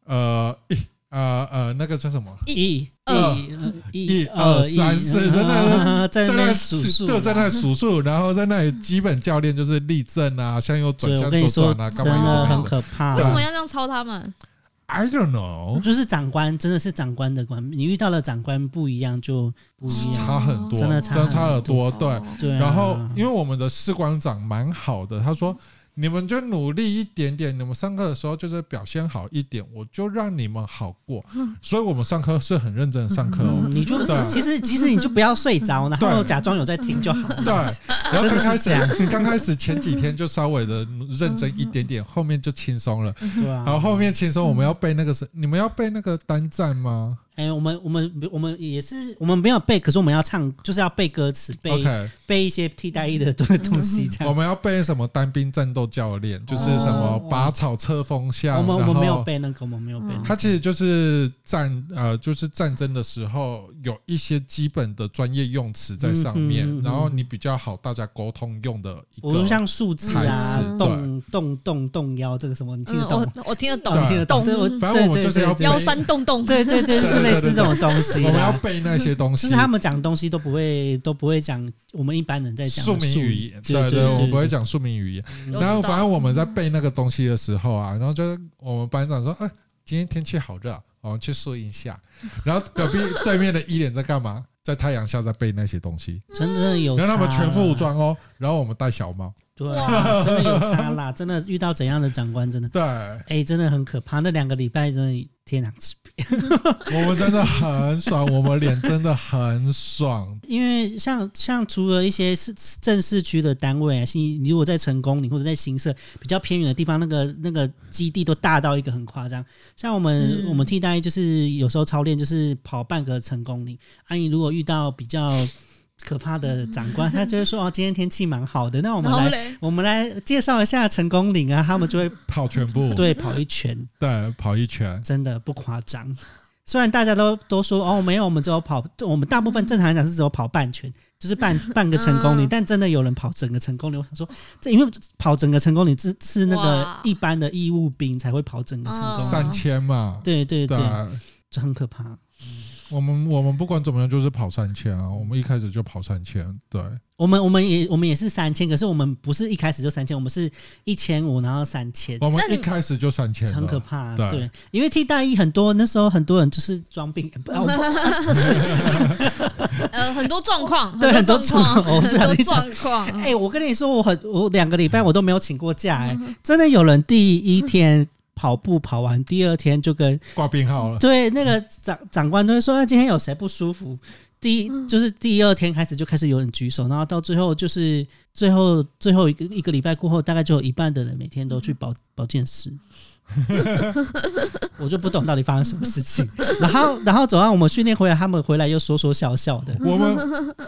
呃 [LAUGHS] 一呃呃那个叫什么？
一
二
一
一二三四真的
啊在
在
那
那
边数数，啊
对，在那数数，然后在那里基本教练就是立正啊，向右转
对，我
向
跟
左
你说，
转啊，
真
干嘛有的
的
没
很
的
可怕。啊
为什么要这样抄他们？
I don't know，
就是长官，真的是长官的官，你遇到了长官不一样就不一样。
差很多，
真的差
真的
很
差很
多
多。哦对，
对啊，
然后因为我们的士官长蛮好的，他说你们就努力一点点，你们上课的时候就是表现好一点，我就让你们好过。所以我们上课是很认真地上课哦
嗯。你就
对
其实其实你就不要睡
[LAUGHS]
着，然后
对
假装有在听就好。 [LAUGHS]
对，然后刚开始刚开始前几天就稍微的认真一点点，后面就轻松了。
对啊，
然后后面轻松，我们要背那个
嗯
是你们要背那个单站吗
哎，我们我们我们也是，我们没有背，可是我们要唱，就是要背歌词，背
？OK，
背一些替代役的东东西这
我
样。
们要背什么单兵战斗教练，就是什么
哦
拔草测风向，
我们我
然
们没有
后
背那个，我们没有背那个。
它其实就是战呃，就是战争的时候有一些基本的专业用词在上面，
嗯哼嗯哼
然后你比较好大家沟通用的一
我说
个。
像数字
台
嗯
啊，
词
动动动动腰这个什么，你听
嗯
得，懂吗？
我我听得懂
你
对，
听得懂？
懂
对，我
反正我们就是要
对
背
腰酸动动，
对对对，就是类似这种东西
我们要
啦。
背那些东西，
就是他们讲的东西都不会都不会讲我们一般人在讲
庶
的
民
术
语言，
对
对
对，
我们不会讲庶民语言。
我
然后
知道
反正我们在背那个东西的时候啊，然后就是我们班长说：“哎，今天天气好热啊，我们去树荫下。”然后隔壁对面的一脸在干嘛？在太阳下在背那些东西，
真的 [LAUGHS] 有差
然
啦。
后他们全副武装哦，然后我们戴小帽，
对啊，真的有差啦，真的遇到怎样的长官，真的
对，
哎，真的很可怕。那两个礼拜真的天啊哪，
我们真的很爽，我们脸真的很爽，
因为像像除了一些是正市区的单位啊，是你你如果在成功你或者在新社比较偏远的地方，那个那个基地都大到一个很夸张。像我们、
嗯
我们替代就是有时候操练就是跑半个成功里，啊，你如果遇到比较可怕的长官，他就会说哦，今天天气蛮好的，那我们
然后
来。
嘞，
我们来介绍一下成功岭啊，他们就会
跑全部，
对跑一圈，
对，跑一圈，
真的不夸张。虽然大家都都说哦，没有，我们只有跑，我们大部分正常来讲是只有跑半圈，就是半
[LAUGHS]
半个成功里，
嗯
但真的有人跑整个成功里。我想说，这因为跑整个成功里是是那个
哇
一般的义务兵才会跑整个成功
嗯
里，
三千嘛，
哦对对对
对，，
就很可怕。
我们我们不管怎么样就是跑三千啊，我们一开始就跑三千，对，
我们我们也我们也是三千，可是我们不是一开始就三千，我们是一千五，然后三千，
我们
那你
一开始就三千
很可
了。
怕、
哦对
对，因为替大一很多那时候很多人就是装病，不啊我 [LAUGHS] 不
呃，很多状况，
对
多状
很多状况我哦不
况，很
小
多
心讲
状况。
哎、我跟你说，我很我两个礼拜我都没有请过假、哎、真的有人第一天跑步跑完，第二天就跟
挂病号
[LAUGHS]
了，
对那个长长官都会说，那今天有谁不舒服？第一就是第二天开始就开始有人举手，然后到最后就是最后最后一个一个礼拜过后，大概就有一半的人每天都去保保健室。 [LAUGHS] 我就不懂到底发生什么事情， [LAUGHS] 然后然后走啊到我们训练回来，他们回来又说说笑笑的，
我们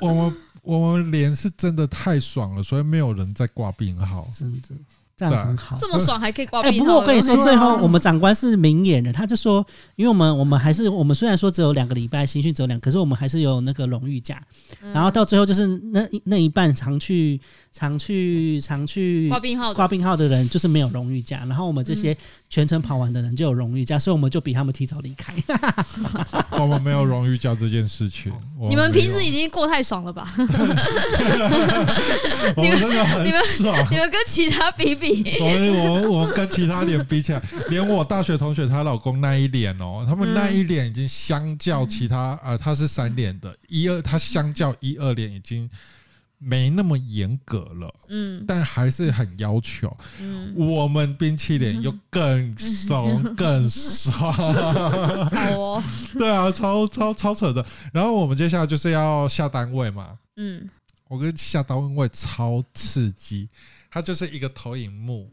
我们我们脸是真的太爽了，所以没有人在挂病号。
真的这样很好。
这么爽还可以挂
哎、
病
不
号
过我跟你说，
了啊
最后我们长官是明眼人，他就说，因为我们我们还是我们虽然说只有两个礼拜新训只有两，可是我们还是有那个荣誉假，然
嗯
后到最后就是那那一半常去常去常去
挂病号的，嗯
挂病号的人就是没有荣誉假，然后我们这些全程跑完的人就有荣誉假，所以我们就比他们提早离开。
我们没有荣誉教这件事情。我
你们
没有
平时已经过太爽了吧？
[LAUGHS]
我们真的很爽。
你们跟其他比
[LAUGHS]
比，
我们我们我们跟其他脸比起来，连我大学同学她老公那一脸哦，他们那一脸已经相较其他啊，他是三脸的，一二他相较一二脸已经没那么严格了，
嗯
但还是很要求。
嗯，
我们冰淇淋又更松更爽， [LAUGHS]
好哦，
对啊，超超超扯的。然后我们接下来就是要下单位嘛，
嗯，
我跟下单位超刺激，它就是一个投影幕，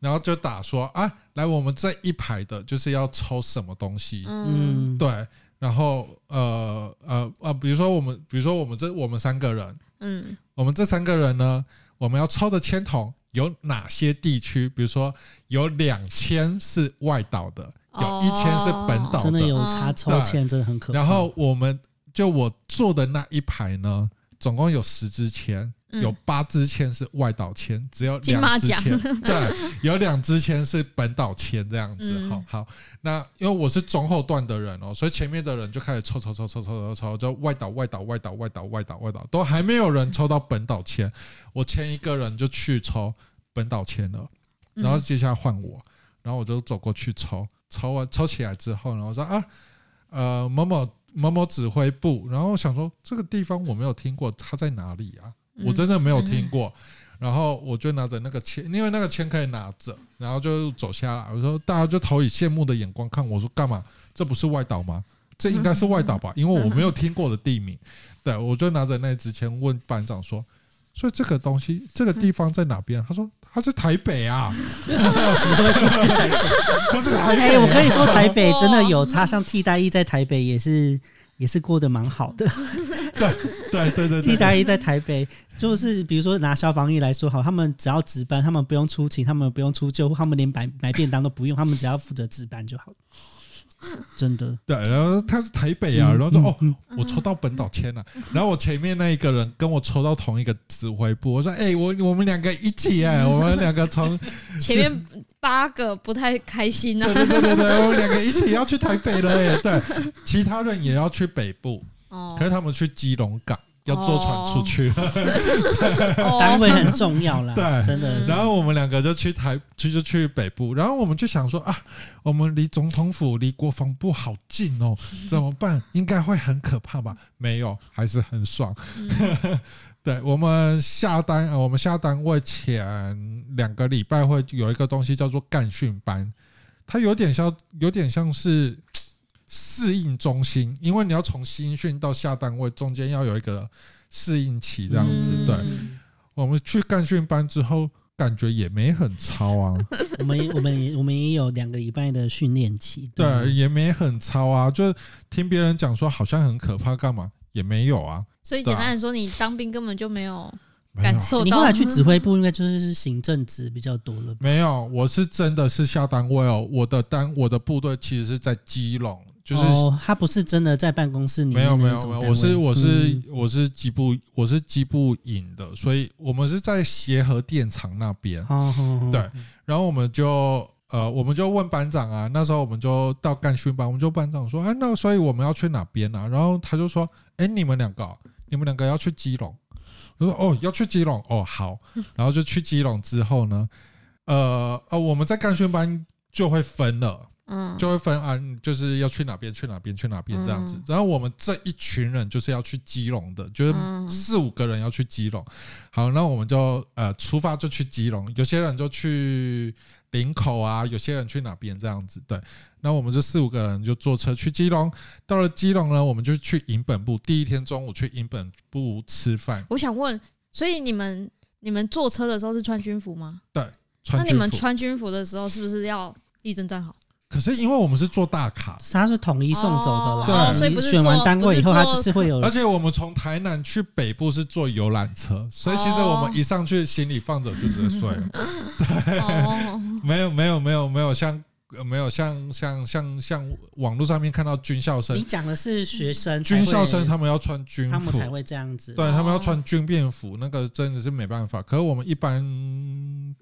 然后就打说啊，来我们这一排的就是要抽什么东西，
嗯
[LAUGHS] 嗯，
对，然后呃呃呃，比如说我们，比如说我们这我们三个人，
嗯
我们这三个人呢，我们要抽的签筒有哪些地区？比如说有两千是外岛的，有
哦
一千是本岛
真的
的
有差抽签，真的很可怕。
嗯然后我们就我坐的那一排呢，总共有十支签，
嗯
有八支签是外岛签，只有
金马
两支
奖
签，对，有两支签是本岛签这样子。
嗯
好好，那因为我是中后段的人哦，所以前面的人就开始抽抽抽抽抽抽抽，就外岛外岛外岛外岛外岛外岛，都还没有人抽到本岛签，我前一个人就去抽本岛签了，
嗯
然后接下来换我，然后我就走过去抽，抽完抽起来之后，然后说啊，呃，某某某某指挥部，然后我想说这个地方我没有听过，它在哪里啊？
嗯
我真的没有听
嗯
过。然后我就拿着那个签，因为那个签可以拿着，然后就走下来。我说大家就投以羡慕的眼光看我，说干嘛？这不是外岛吗？这应该是外
[LAUGHS]
岛吧，因为我没有听过的地名。对，我就拿着那支签问班长说：“所以这个东西，这个地方在哪边？”他说：“他是台北
[LAUGHS]
啊， [LAUGHS]
哎、
他是台北。”
我跟你说，台北
哦
真的有差，像替代役在台北也是也是过得蛮好的。
对对对
替
对
代役在台北，就是比如说拿消防役来说好，他们只要值班，他们不用出勤，他们不用出救护，他们连买买便当都不用，他们只要负责值班就好了真的，
对，然后他是台北啊，
嗯
然后说哦
嗯，
我抽到本岛签了，然后我前面那一个人跟我抽到同一个指挥部，我说哎，我我们两个一起哎，我们两个从
[LAUGHS] 前面八个不太开心
对
啊，
对对对对，我们两个一起要去台北了哎，对，其他人也要去北部，
哦
可 [LAUGHS] 是他们去基隆港要坐船出去，
单
哦，
位很重要啦，
[LAUGHS] 对
真的。
然后我们两个就去台去就去北部，然后我们就想说啊，我们离总统府、离国防部好近哦，怎么办？应该会很可怕吧？没有，还是很爽。 [LAUGHS] 对我们下单，呃我们下单位前两个礼拜会有一个东西叫做干训班，它有点像，有点像是嘖适应中心，因为你要从新训到下单位中间要有一个适应期，这样子。
嗯
对我们去干训班之后，感觉也没很
[LAUGHS]
超啊，
我们也我们也我们也有两个礼拜的训练期，
对，也没很超啊，就是听别人讲说好像很可怕，干嘛也没有啊，
所以简单的说，你当兵根本就没有
没有
感。受
你后
到嗯
来去指挥部，应该就是行政职比较多了吧。
没有，我是真的是下单位哦。我的单，我的部队其实是在基隆，就是
哦，他不是真的在办公室里面
没有没
那
有
种
没有，
单位
我是我是
嗯
我是基部我是基部营的，所以我们是在协和电厂那边，
哦，哦哦
对然后我们就呃，我们就问班长啊，那时候我们就到干训班，我们就班长说，哎、那所以我们要去哪边啊？然后他就说，哎、你们两个哦，你们两个要去基隆。我说，哦，要去基隆，哦，好。 [LAUGHS] 然后就去基隆之后呢，呃呃，我们在干训班就会分了，
嗯，
就会分啊，你就是要去哪边，去哪边，去哪边这样子
嗯。
然后我们这一群人就是要去基隆的，就是
嗯
四五个人要去基隆。好，那我们就呃出发就去基隆，有些人就去林口啊，有些人去哪边这样子。对，那我们就四五个人就坐车去基隆。到了基隆呢，我们就去营本部。第一天中午去营本部吃饭，
我想问，所以你们你们坐车的时候是穿军服吗？
穿
那你们
军服
穿军服的时候是不是要立正站好？
可是因为我们是坐大卡，
他是统一送走的啦。
对哦
你
所以不是
选完
坐
单位以后，
不
他
是坐
就是会有
而且我们从台南去北部是坐游览车，所以其实我们一上去行李放着就直接睡了，
[LAUGHS]
哦，
没有没有没有没有像呃没有像像像像网络上面看到军校
你
生，
讲的是学生才会，
军校生他们要穿军
他们
服，
才会这样子。
对
哦
他们要穿军便服，那个真的是没办法。可是我们一般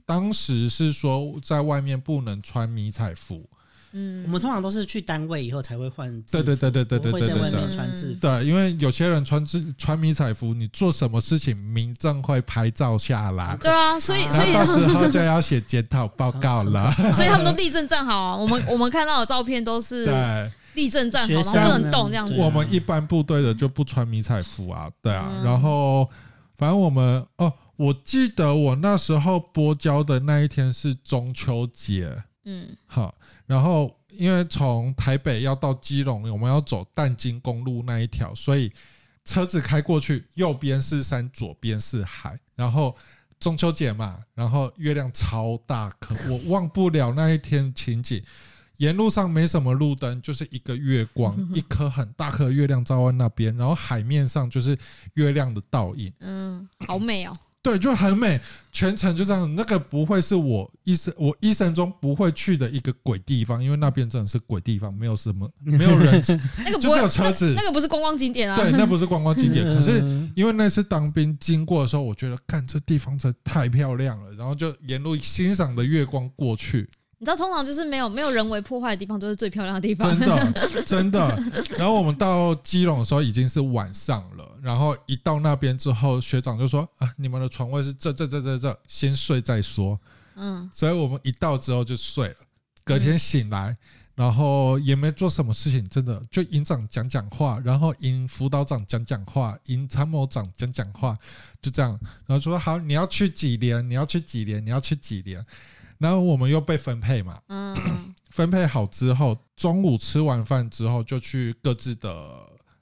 当时是说在外面不能穿迷彩服，
嗯，
我们通常都是去单位以后才会换制
对
服，
对对对对
不
对对
会在
对
外
对
面。穿制服。
对，因为有些人穿制穿迷彩服，你做什么事情，民政会拍照下来。
对啊，所以
啊
然
所
后 [LAUGHS]
以
到时候就要写检讨报告了。
所以他们都立正站好啊。我们我们看到的照片都 [LAUGHS] 是
对，啊
立正站好，然
学
后
生
不
呢
能动这样
对啊
子。
我们一般部队的就不穿迷彩服啊，对啊。
嗯
然后，反正我们哦，我记得我那时候播交的那一天是中秋节，
嗯
好，然后因为从台北要到基隆，我们要走淡金公路那一条，所以车子开过去，右边是山，左边是海，然后。中秋节嘛，然后月亮超大颗，我忘不了那一天情景。沿路上没什么路灯，就是一个月光，一颗很大颗的月亮照在那边，然后海面上就是月亮的倒影。
嗯，好美哦。
对，就很美，全程就这样。那个不会是我一生我一生中不会去的一个鬼地方，因为那边真的是鬼地方，没有什么，没有人，
那个
就只
不会
有车子
那。个不是观光景点啊。
对，那不是观光景点。可是
嗯
因为那次当兵经过的时候，我觉得看这地方真的太漂亮了，然后就沿路欣赏的月光过去，
你知道，通常就是没有没有人为破坏的地方，都是最漂亮的地方
真。的真的。然后我们到基隆的时候已经是晚上了，然后一到那边之后，学长就说啊，你们的床位是这这这这这，先睡再说。
嗯，
所以我们一到之后就睡了，隔天醒来，然后也没做什么事情，真的就营长讲讲话，然后营辅导长讲讲话，营参谋长讲讲话，就这样，然后说好，你要去几连，你要去几连，你要去几连，然后我们又被分配嘛，
嗯，
分配好之后，中午吃完饭之后就去各自的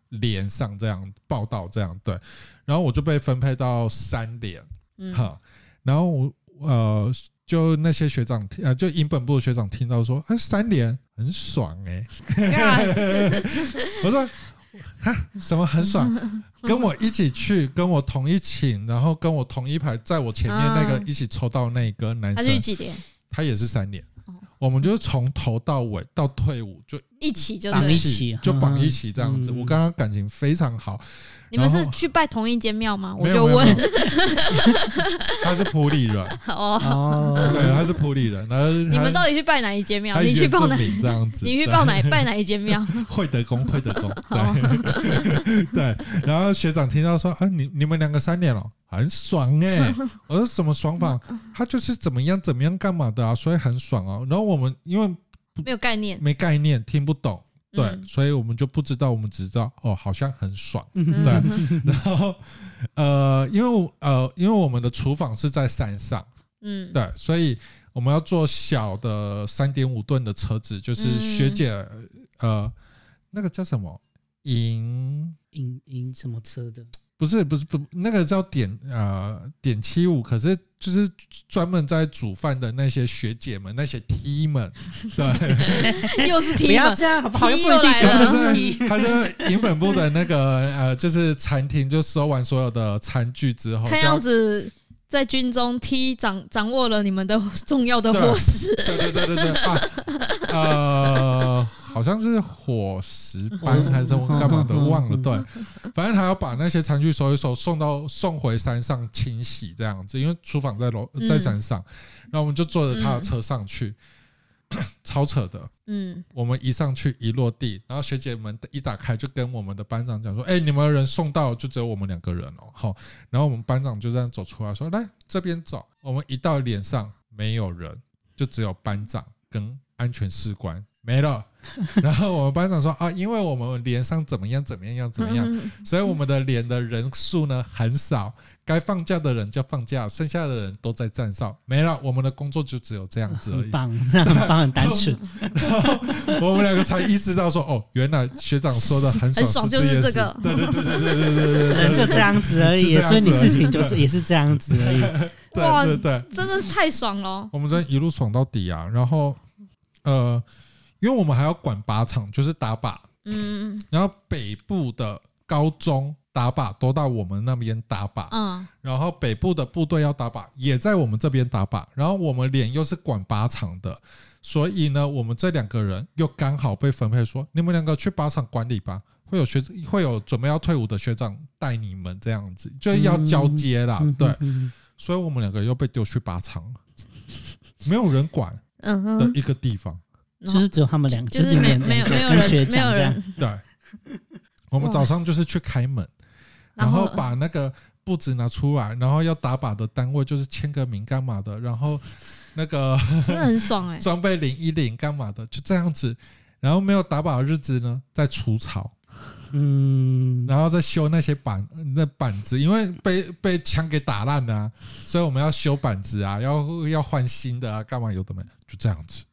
连上这样报道这样对，然后我就被分配到三连。
嗯，
哈，然后我呃，就那些学长听，呃，就营本部的学长听到说，哎、三连很爽哎、
干
我说哈什么很
[LAUGHS]
爽，跟我一起去，跟我同一寝，然后跟我同一排，在我前面那个
嗯
一起抽到那个男
他
生，
去几点？
他也是三连
哦，
我们就是从头到尾到退伍就
一起就
绑
对
一
一
了。
起
就绑一
嗯
起这样子，
嗯
我跟他感情非常好，
你们是
然后
去拜同一间庙吗？我
没有
就
没有
问
没有 [LAUGHS] 他是普里人，
哦，
哦，
对，他是普里人，然后
你
他
们到底去拜哪一间庙？
他
你去
原
报
住
哪？
民这样子，
[LAUGHS] 你去
对
报哪拜哪一间庙？
[LAUGHS] 会德宫，会德
[LAUGHS]
宫，对对。然后学长听到说啊，你你们两个三年了，很爽哎、
[LAUGHS]
我说什么爽法？他就是怎么样怎么样干嘛的啊，所以很爽啊。然后我们因为
没有
[LAUGHS]
概念。
没概念，听不懂，对，
嗯
所以我们就不知道，我们只知道哦，好像很爽。
嗯
对，然后呃，因为我呃，因为我们的厨房是在山上，
嗯，
对，所以我们要做小的三点五吨的车子，就是学姐、呃，那个叫什么银？
赢赢什么车的？
不是不是不，那个叫点呃点七五，可是就是专门在煮饭的那些学姐们、那些 T 们，对， [LAUGHS]
又是
不
题
要
嘛。
这样，好不好？又
踢
不一定
又来
全部
他
都
就
了
是
是
踢
他就是营本部的那个呃，就是餐厅就收完所有的餐具之后，
看
就要
样子在军中 T 掌掌握了你们的 [LAUGHS] 重要的伙食，
对啊对对对对啊，呃，好像是伙食班还是干嘛的，忘了。对，反正还要把那些餐具收一收，送到送回山上清洗这样子，因为厨房在楼在山上，然后我们就坐着他的车上去。 [COUGHS] 超扯的。
嗯，
我们一上去一落地，然后学姐们一打开就跟我们的班长讲说：“哎、你们人送到就只有我们两个人哦。”好，然后我们班长就这样走出来说：“来这边走。”我们一到脸上没有人，就只有班长跟安全士官没了。 [LAUGHS] 然后我们班长说：“啊，因为我们脸上怎么样怎么样怎么样，
嗯？
所以我们的脸的人数呢很少，该放假的人就放假，剩下的人都在站哨，没了。我们的工作就只有这样子而已
很。棒，这样很棒，很单纯。
我们两个才意识到说，哦，原来学长说的很
[LAUGHS] 很
爽
爽
是
就是
件
这
事
个，
对对对对对对对 [LAUGHS] 对，
人就这样子而
就
已
这，样
所以你
子而已
事情就这也是这样子而已。
对对对，
真的是太爽了。哦
我们真的一路爽到底啊！然后，呃，因为我们还要管靶场，就是打靶，
嗯
然后北部的高中打靶都到我们那边打靶，
嗯，
然后北部的部队要打靶，也在我们这边打靶，然后我们连又是管靶场的，所以呢，我们这两个人又刚好被分配说，你们两个去靶场管理吧，会有学会有准备要退伍的学长带你们这样子，就是要交接啦，
嗯
对，，
嗯
所以我们两个又被丢去靶场，没有人管
嗯
的
哼，
一个地方，
嗯就是只有他们两个，
哦就是
你
没
们
没
两
有
个
没有
跟学
人没
长
有
这样，
人，
对，我们
哇
早上就是去开门，然
[LAUGHS] 然后
后把那个布子拿出来，然后要打靶的单位就是签个名干嘛的，然后那个
真的很爽哎。
装备领一领干嘛的，就这样子。然后没有打靶的日子呢，在除草，
嗯，
然后再修那些板那板子，因为被被枪给打烂了、啊，所以我们要修板子啊，要要换新的啊，干嘛有的没，就这样子。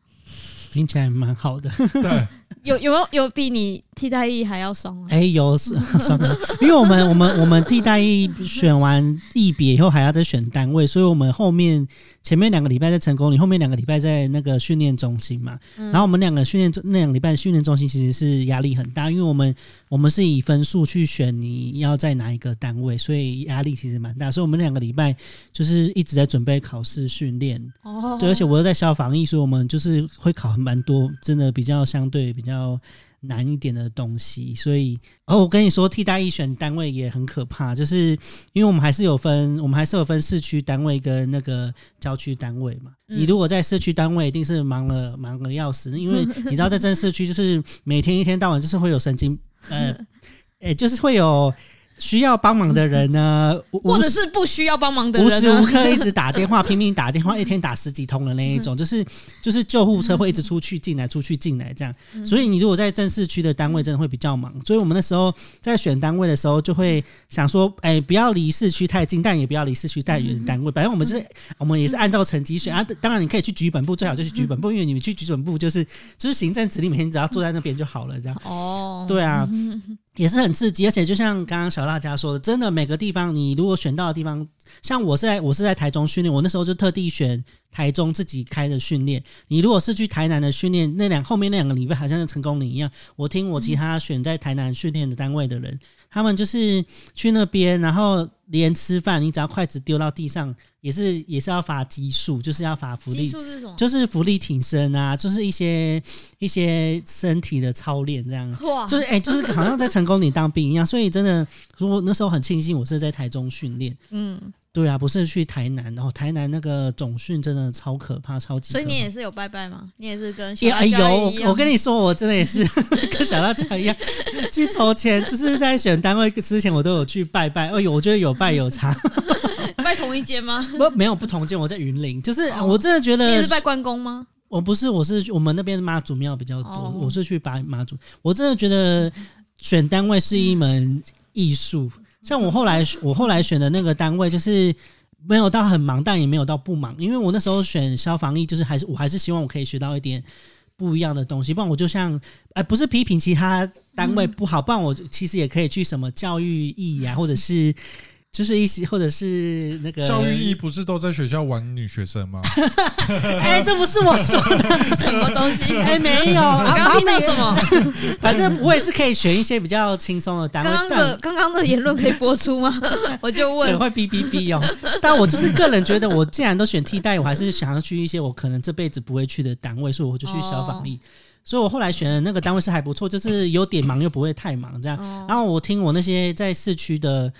听起来蛮好的。
对，
有有没有有比你替代役还要爽啊？
哎，有是算了因为我们我们我们替代役选完役别以后还要再选单位，所以我们后面前面两个礼拜在成功里，后面两个礼拜在那个训练中心嘛。然后我们两个训练中那两个礼拜的训练中心其实是压力很大，因为我们我们是以分数去选你要在哪一个单位，所以压力其实蛮大。所以我们两个礼拜就是一直在准备考试训练，
哦，
对，而且我又在消防艺术，所以我们就是会考蛮多，真的比较相对比较难一点的东西。所以，哦，我跟你说，替代役选单位也很可怕，就是因为我们还是有分，我们还是有分市区单位跟那个郊区单位嘛。
嗯
你如果在市区单位，一定是忙了忙了要死，因为你知道在真市区，就是每天一天到晚就是会有神经，
[LAUGHS]
呃，哎，就是会有。需要帮忙的人
[LAUGHS]
呢，无
或者是不需要帮忙的
无
人啊
时无
呢？
刻一直打电话，拼命打电话，一天打十几通的那一
嗯
种，就是就是救护车会一直出去进来，出去进来这样。
嗯
所以你如果在正式区的单位，真的会比较忙。所以我们那时候在选单位的时候，就会想说，哎，不要离市区太近，但也不要离市区太远的
嗯
单位。反正我们就是我们也是按照成绩选啊。当然你可以去局本部，最好就去局本
嗯
部，因为你们去局本部就是就是行政指令，每天只要坐在那边就好了这样。
[LAUGHS] 哦，
对啊，也是很刺激，而且就像刚刚小辣椒说的，真的每个地方你如果选到的地方，像我是在我是在台中训练，我那时候就特地选台中自己开的训练。你如果是去台南的训练，那两后面那两个礼拜好像是成功岭一样，我听我其他选在台南训练的单位的人，他们就是去那边，然后连吃饭，你只要筷子丢到地上，也是也是要罚基数，就是要罚福
激
利
素是什么？
就是浮力挺身啊，就是一些一些身体的操练这样。
哇，嗯
就是哎、就是好像在成功里当兵一样，所以真的，如果那时候很庆幸我是在台中训练，
嗯，
对啊，不是去台南，然后台南那个总训真的超可怕，超级可怕。
所以你也是有拜拜吗？你也是跟小
也
辣
哎
椒
有，
一
我
样
我跟你说，我真的也是 [LAUGHS] 跟小辣椒一样去筹钱，就是在选单位之前，我都有去拜拜。哎呦，我觉得有拜有差， [LAUGHS]
拜同一间吗？
不没有不同间，我在云林，就是
哦
我真的觉得
你也是拜关公
[LAUGHS]
吗？
我哦不是，我是我们那边的妈祖庙比较多，
哦
我是去把妈祖。我真的觉得选单位是一门艺术。像我后来我后来选的那个单位，就是没有到很忙，但也没有到不忙，因为我那时候选消防役，就是还是我还是希望我可以学到一点。不一样的东西，不然我就像，哎、不是批评其他单位不好，不然我其实也可以去什么教育役啊呀、或者是就是一些，或者是那个
教育役不是都在学校玩女学生吗？
哎、这不是我说的，
什么东西？
哎、 [LAUGHS] 没有，
我
啊
刚刚听到什么？
反正我也是可以选一些比较轻松的单
刚
位，
刚的
但
刚刚的言论可以播出吗？ [LAUGHS] 我就
也
问，
会哔哔哔哦。 [LAUGHS] 但我就是个人觉得，我既然都选替代，我还是想要去一些我可能这辈子不会去的单位，所以我就去消防
哦
力。所以我后来选的那个单位是还不错，就是有点忙又不会太忙这样。
哦
啊然后我听我那些在市区的。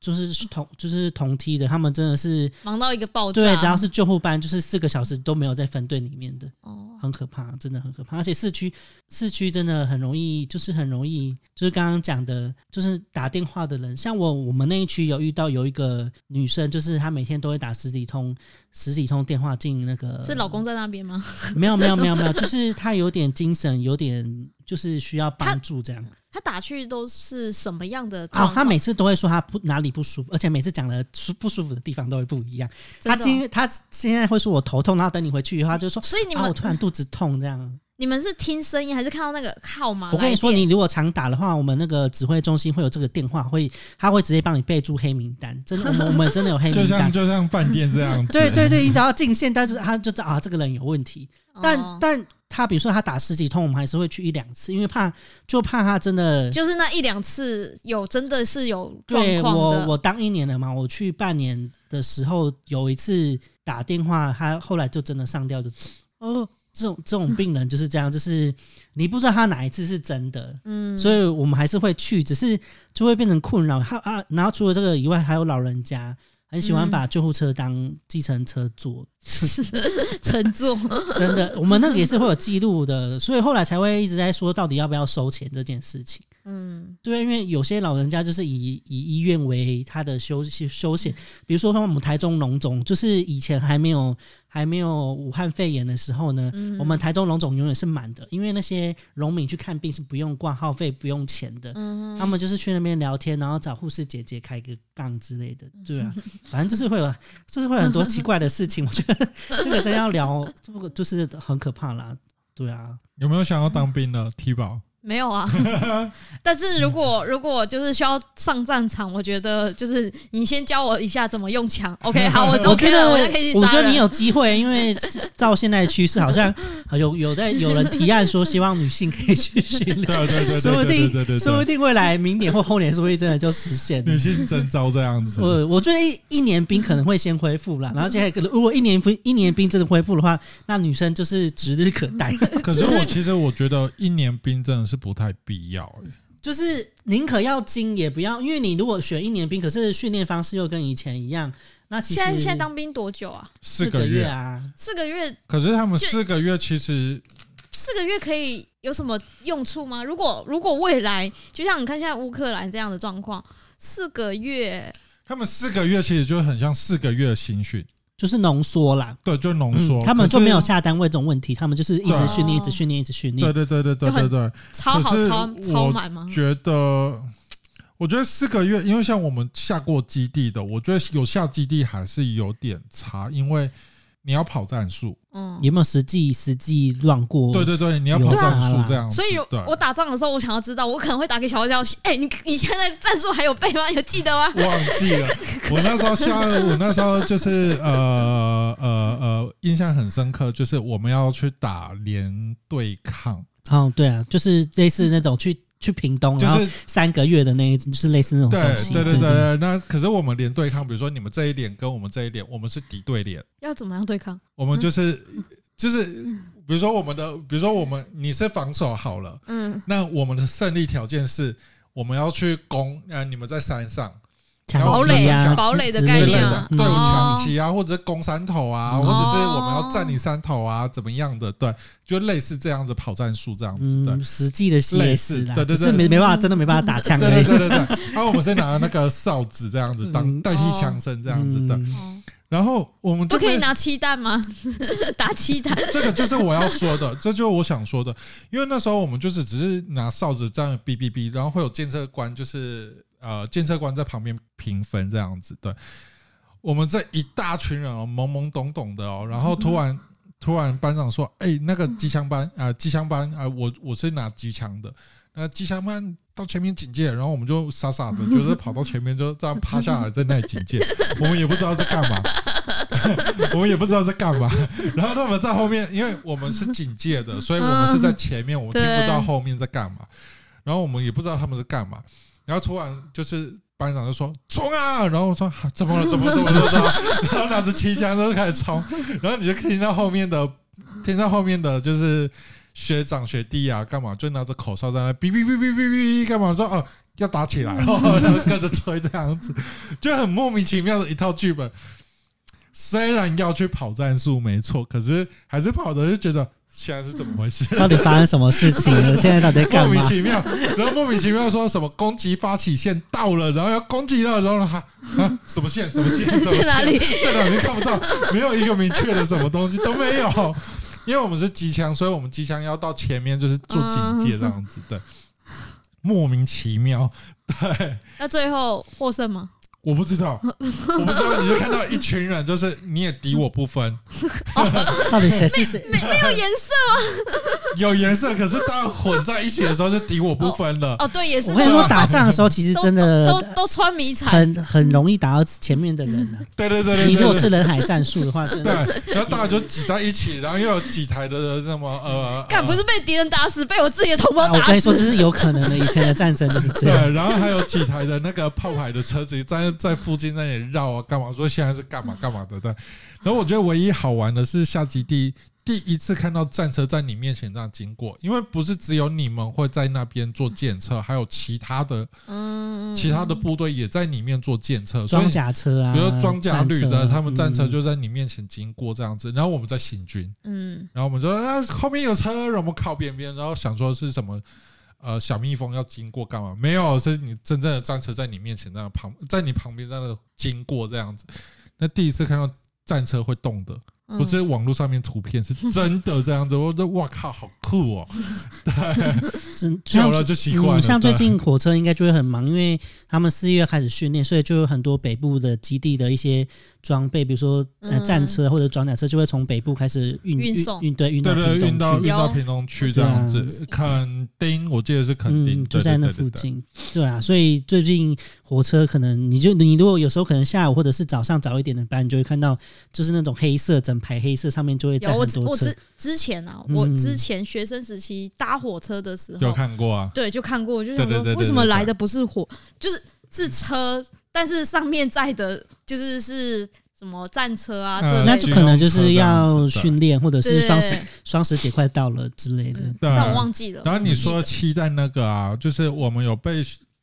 就是同就是同梯的，他们真的是
忙到一个爆炸，
对，只要是救护班，就是四个小时都没有在分队里面的。
哦，
很可怕，真的很可怕。而且市区市区真的很容易，就是很容易，就是刚刚讲的，就是打电话的人，像我我们那一区有遇到有一个女生，就是她每天都会打十几通十几通电话进那个，
是老公在那边吗？
没有没有没有没有，就是她有点精神，有点就是需要帮助这样。
他打去都是什么样的状
哦，
况？
她每次都会说她不哪里不舒服，而且每次讲的舒不舒服的地方都会不一样。
真
她
的哦
今她现在会说我头痛，然后等你回去以后，她就说。
所以你
啊！
们、
我突然肚子痛，这样。
你们是听声音还是看到那个号码来
我
电？
跟你说，你如果常打的话，我们那个指挥中心会有这个电话，会他会直接帮你备注黑名单。真的，我们我们真的有黑
[LAUGHS] 就
名
像
单。
就像饭店这样子，
对对对，你只要进线，但是他就知道啊，这个人有问题。但、
哦
但他比如说他打十几通，我们还是会去一两次，因为怕就怕他真的。
就是那一两次有真的是有状
对
况
我
的，
我当一年了嘛，我去半年的时候有一次打电话，他后来就真的上吊就走。
哦，
这种这种病人就是这样，就是你不知道他哪一次是真的，
嗯，
所以我们还是会去，只是就会变成困扰。还啊，然后除了这个以外，还有老人家很喜欢
嗯
把救护车当计程车坐，
乘坐
真的，我们那个也是会有记录的，所以后来才会一直在说到底要不要收钱这件事情。
嗯，
对，因为有些老人家就是以以医院为他的休息休闲，比如说像我们台中龙总，就是以前还没有还没有武汉肺炎的时候呢，我们台中龙总永远是满的，因为那些农民去看病是不用挂号费、不用钱的，他们就是去那边聊天，然后找护士姐姐开个杠之类的，对啊，反正就是会有就是会有很多奇怪的事情，我觉得 [LAUGHS] 这个真要聊，这个就是很可怕啦，对啊，
有没有想要当兵的提保？
没有啊。 [LAUGHS] 但是如果如果就是需要上战场，我觉得就是你先教我一下怎么用枪。OK，好，我
[LAUGHS] 我
OK
觉
了，
得
我就可以去
我
杀
觉得
人
你。有机会，因为照现在的趋势，好像呃有有在有人提案说，希望女性可以去训
对
练，
对对对
说不
对对对啊
定
对
说不
对，
定未来明年或后年，说不定真的就实现了
[LAUGHS] 女。性征召这样子，
我我觉得一一年兵可能会先恢复啦，然后现在可能如果一年兵一年兵真的恢复的话，那女生就是指日可
[LAUGHS]
待， [LAUGHS]
[LAUGHS] 可是我其实我觉得一年兵真的是不太必要、欸，
就是宁可要精也不要，因为你如果选一年兵，可是训练方式又跟以前一样，那其实
现在现在当兵多久啊？
四
四
个
个月。
啊，
四个月，
可是他们
就
四个月其实
四个月可以有什么用处吗？如果如果未来，就像你看现在乌克兰这样的状况，四个月
他们四个月其实就很像四个月的新训，
就是浓缩啦。
对，就浓
嗯
缩、，
他们就
可是
没有。下单位这种问题，他们就是一直训练，一
对
直训练，一直训
对
练。
对对对对
就很
对对，
超好
可是
超
我
超满
嗯
吗？
觉得我觉得四个月，因为像我们下过基地的，我觉得有下基地还是有点差，因为你要跑战术，
嗯，
有没有实际实际乱过？
对对对，你要跑
哦有
战
差
术
啦
这样子，
所以有
对
我打仗的时候，我想要知道，我可能会打给小教授， [LAUGHS] 哎、你你现在战术还有背吗？有记得
[LAUGHS]
吗？
忘记了，我那时候下，我那时候就是呃呃呃，印象很深刻，就是我们要去打连对抗，
哦，对啊，就是类似那种去去屏东，
就
然后
是
三个月的那一，就是类似那种
对
东西。
对对
对
对对。那可是我们连对抗，比如说你们这一脸跟我们这一脸，我们是敌对脸，
要怎么样对抗？
我们就是就是，比如说我们的，比如说我们你是防守好了，
嗯，
那我们的胜利条件是我们要去攻，呃，你们在山上。
抢
堡
旗
垒
啊，
堡垒的
之
概
类
之
念
类
啊
的，
嗯
对，我
哦
抢旗啊，或者是攻山头啊，
嗯
或者是我们要占领山头啊，怎么样的？对，就类似这样子跑战术这样子，对
嗯，。实际的 CS
类似
啦，
对
只
对
是
对
没没办法，真的没办法打枪
对
而
对
已。
对对对，然后我们是拿那个哨子这样子
嗯
当代替枪声这样子的，
嗯
哦，
然后我们
不
就
可以
被
拿鸡蛋吗？ [LAUGHS] 打鸡蛋，
[LAUGHS] 这个就是我要说的，这就是我想说的，因为那时候我们就是只是拿哨子这样哔哔哔，然后会有监测官，就是呃监测官在旁边评分这样子。对，我们这一大群人哦，懵懵懂懂的哦，然后突然、突然班长说：“哎、那个机枪班啊、 [LAUGHS] 机枪班啊、我我是拿机枪的，那机枪班。”到前面警戒，然后我们就傻傻的，就是跑到前面就这样趴下来，在那里警戒， [LAUGHS] 我们也不知道在干嘛， [LAUGHS] 我们也不知道在干嘛。然后他们在后面，因为我们是警戒的，所以我们是在前面，我们听不到后面在干嘛。然后我们也不知道他们在干嘛。然后突然就是班长就说冲啊！然后我说、啊、怎么了？怎么了怎么了？怎么了？然后拿着气枪就开始冲。然后你就听到后面的，听到后面的就是学长学弟啊，干嘛就拿着口哨在那哔哔哔哔哔哔干嘛说哦。要打起哦 [LAUGHS] 来，然后跟着吹这样子，就很莫名其妙的一套剧本。虽然要去跑战术没错，可是还是跑的就觉得现在是怎么回事？
到底发生什么事情了？现在到底在干
莫名
嘛？
其妙，然后莫名其妙说什么攻击发起线到了，然后要攻击了，然后哈啊什么线什么线什么
在
线
哪
[LAUGHS]
里？
在哪里看不到，没有一个明确的什么东西都没有。因为我们是机枪，所以我们机枪要到前面就是做警戒这样子的，莫名其妙。对，
那最后获胜吗？
我不知道，我不知道，你就看到一群人，就是你也敌我不分，
到底谁是谁？
没有颜色
有颜色，可是当混在一起的时候就敌我不分了。
[LAUGHS] 哦，对，也是
我跟你
都
说，打仗的时候其实
都
真
都
的
都穿迷彩，
很很容易打到前面的人啊。
对对对对
你
对
如
对
果是人海战术的话，真
对
的，
然后大家就挤在一起，然后又有几台的那么呃，
干不是被敌人打死，被我自己的同胞
啊我
打
跟你说，
死。
这是有可能的。以前的战争就是这
[LAUGHS] 对
样。，
然后还有几台的那个炮牌的车子在在附近那里绕啊，干嘛？说现在是干嘛干嘛的对。然后我觉得唯一好玩的是下集第第一次看到战车在你面前这样经过，因为不是只有你们会在那边做检测，还有其他的
嗯，
其他的部队也在里面做检测，所以
装甲车啊，
比如说装甲旅的，他们战
战
车
啊
就在你面前经过这样子，然后我们在行军。
嗯，
然后我们说啊，后面有车，然后我们靠边边，然后想说是什么呃小蜜蜂要经过干嘛？没有，啊是你真正的战车在你面前，那样旁在你旁边在那经过这样子。那第一次看到战车会动的，
嗯
不是网络上面图片，是真的这样子。 [LAUGHS] 我说哇靠，好酷哦！
嗯真
久
像
了就习惯了。
嗯像
对
最近火车应该就会很忙，因为他们四月开始训练，所以就有很多北部的基地的一些装备，比如说呃
嗯
战车或者装甲车，就会从北部开始运
运送
运对运到
对对，运
屏
到
东
运
去。
到
有
屏东去这样子，垦丁我记得是垦丁，
啊嗯，就在那
对对对
附
对对
近，对啊，所以最近火车可能你就你如果有时候可能下午或者是早上早一点的班，你就会看到就是那种黑色整排黑色上面就会
有
载
我
很
之
多
我
车
之，之前啊，我
嗯
之前学生时期搭火车的时
有
候，
看过啊。
对，就看过，我就想
对对对对
说
对
为什么
对
来的不是火，就是是车，但是上面载的就是是什么战车啊
嗯
这
那
类
就
的，
可能就是
这
要
样子对
训练或者是
对
双十双十节快到了之类的。
嗯
对
但我忘记了。
然后你
我
说
记得
期待那个啊，就是我们有被，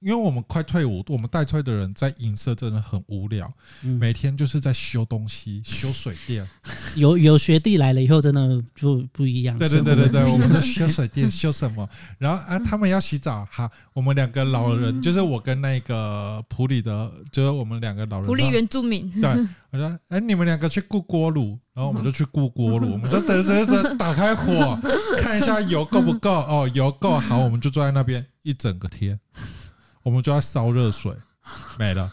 因为我们快退伍，我们带退的人在银色真的很无聊，
嗯
每天就是在修东西、修水电。
有有学弟来了以后，真的就不一样。
[LAUGHS] 对对对
生活
对 [LAUGHS] 对，我们在修水电， [LAUGHS] 修什么？然后啊，他们要洗澡，哈，我们两个老人，就是我跟那个普里的，就是我们两个老人，
福利原住民，
对，我说，哎，你们两个去顾锅炉，然后我们就去顾
[LAUGHS]
锅炉，我们就等着等打开火，看一下油够不够，哦，油够，好，我们就坐在那边一整个天，我们就要烧热水，没了，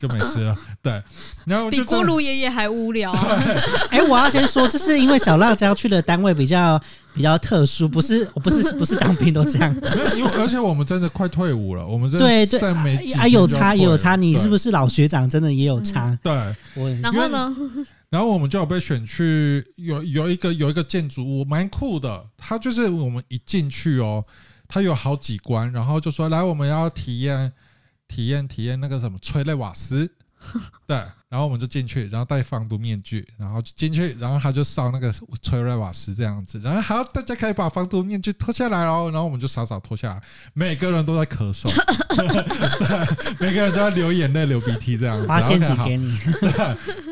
就没事了，对，然后我
比
哦就
锅
这样
炉爷爷还无聊啊！
哎、我要先说，这是因为小辣椒去的单位比较比较特殊，不是不是不是当兵都
[LAUGHS]
这样。
没有因为而且我们真的快退伍了，我们真
对
的
对
剩没几
啊，
天
有
就
差
退
有
了
差，你是不是老学长？真的也
嗯
有差。
对？对
我
然后呢，
然后我们就有被选去有有一个有一个建筑物蛮酷的，它就是我们一进去哦，它有好几关，然后就说来我们要体验体验体验那个什么催泪瓦斯，
[LAUGHS]
对，然后我们就进去，然后戴防毒面具，然后就进去，然后他就烧那个催泪瓦斯这样子，然后好大家可以把防毒面具脱下来哦，然后我们就傻傻脱下来，每个人都在咳嗽， [LAUGHS] 对，每个人都在流眼泪流鼻涕这样子，
发现
OK，
金
好
给你，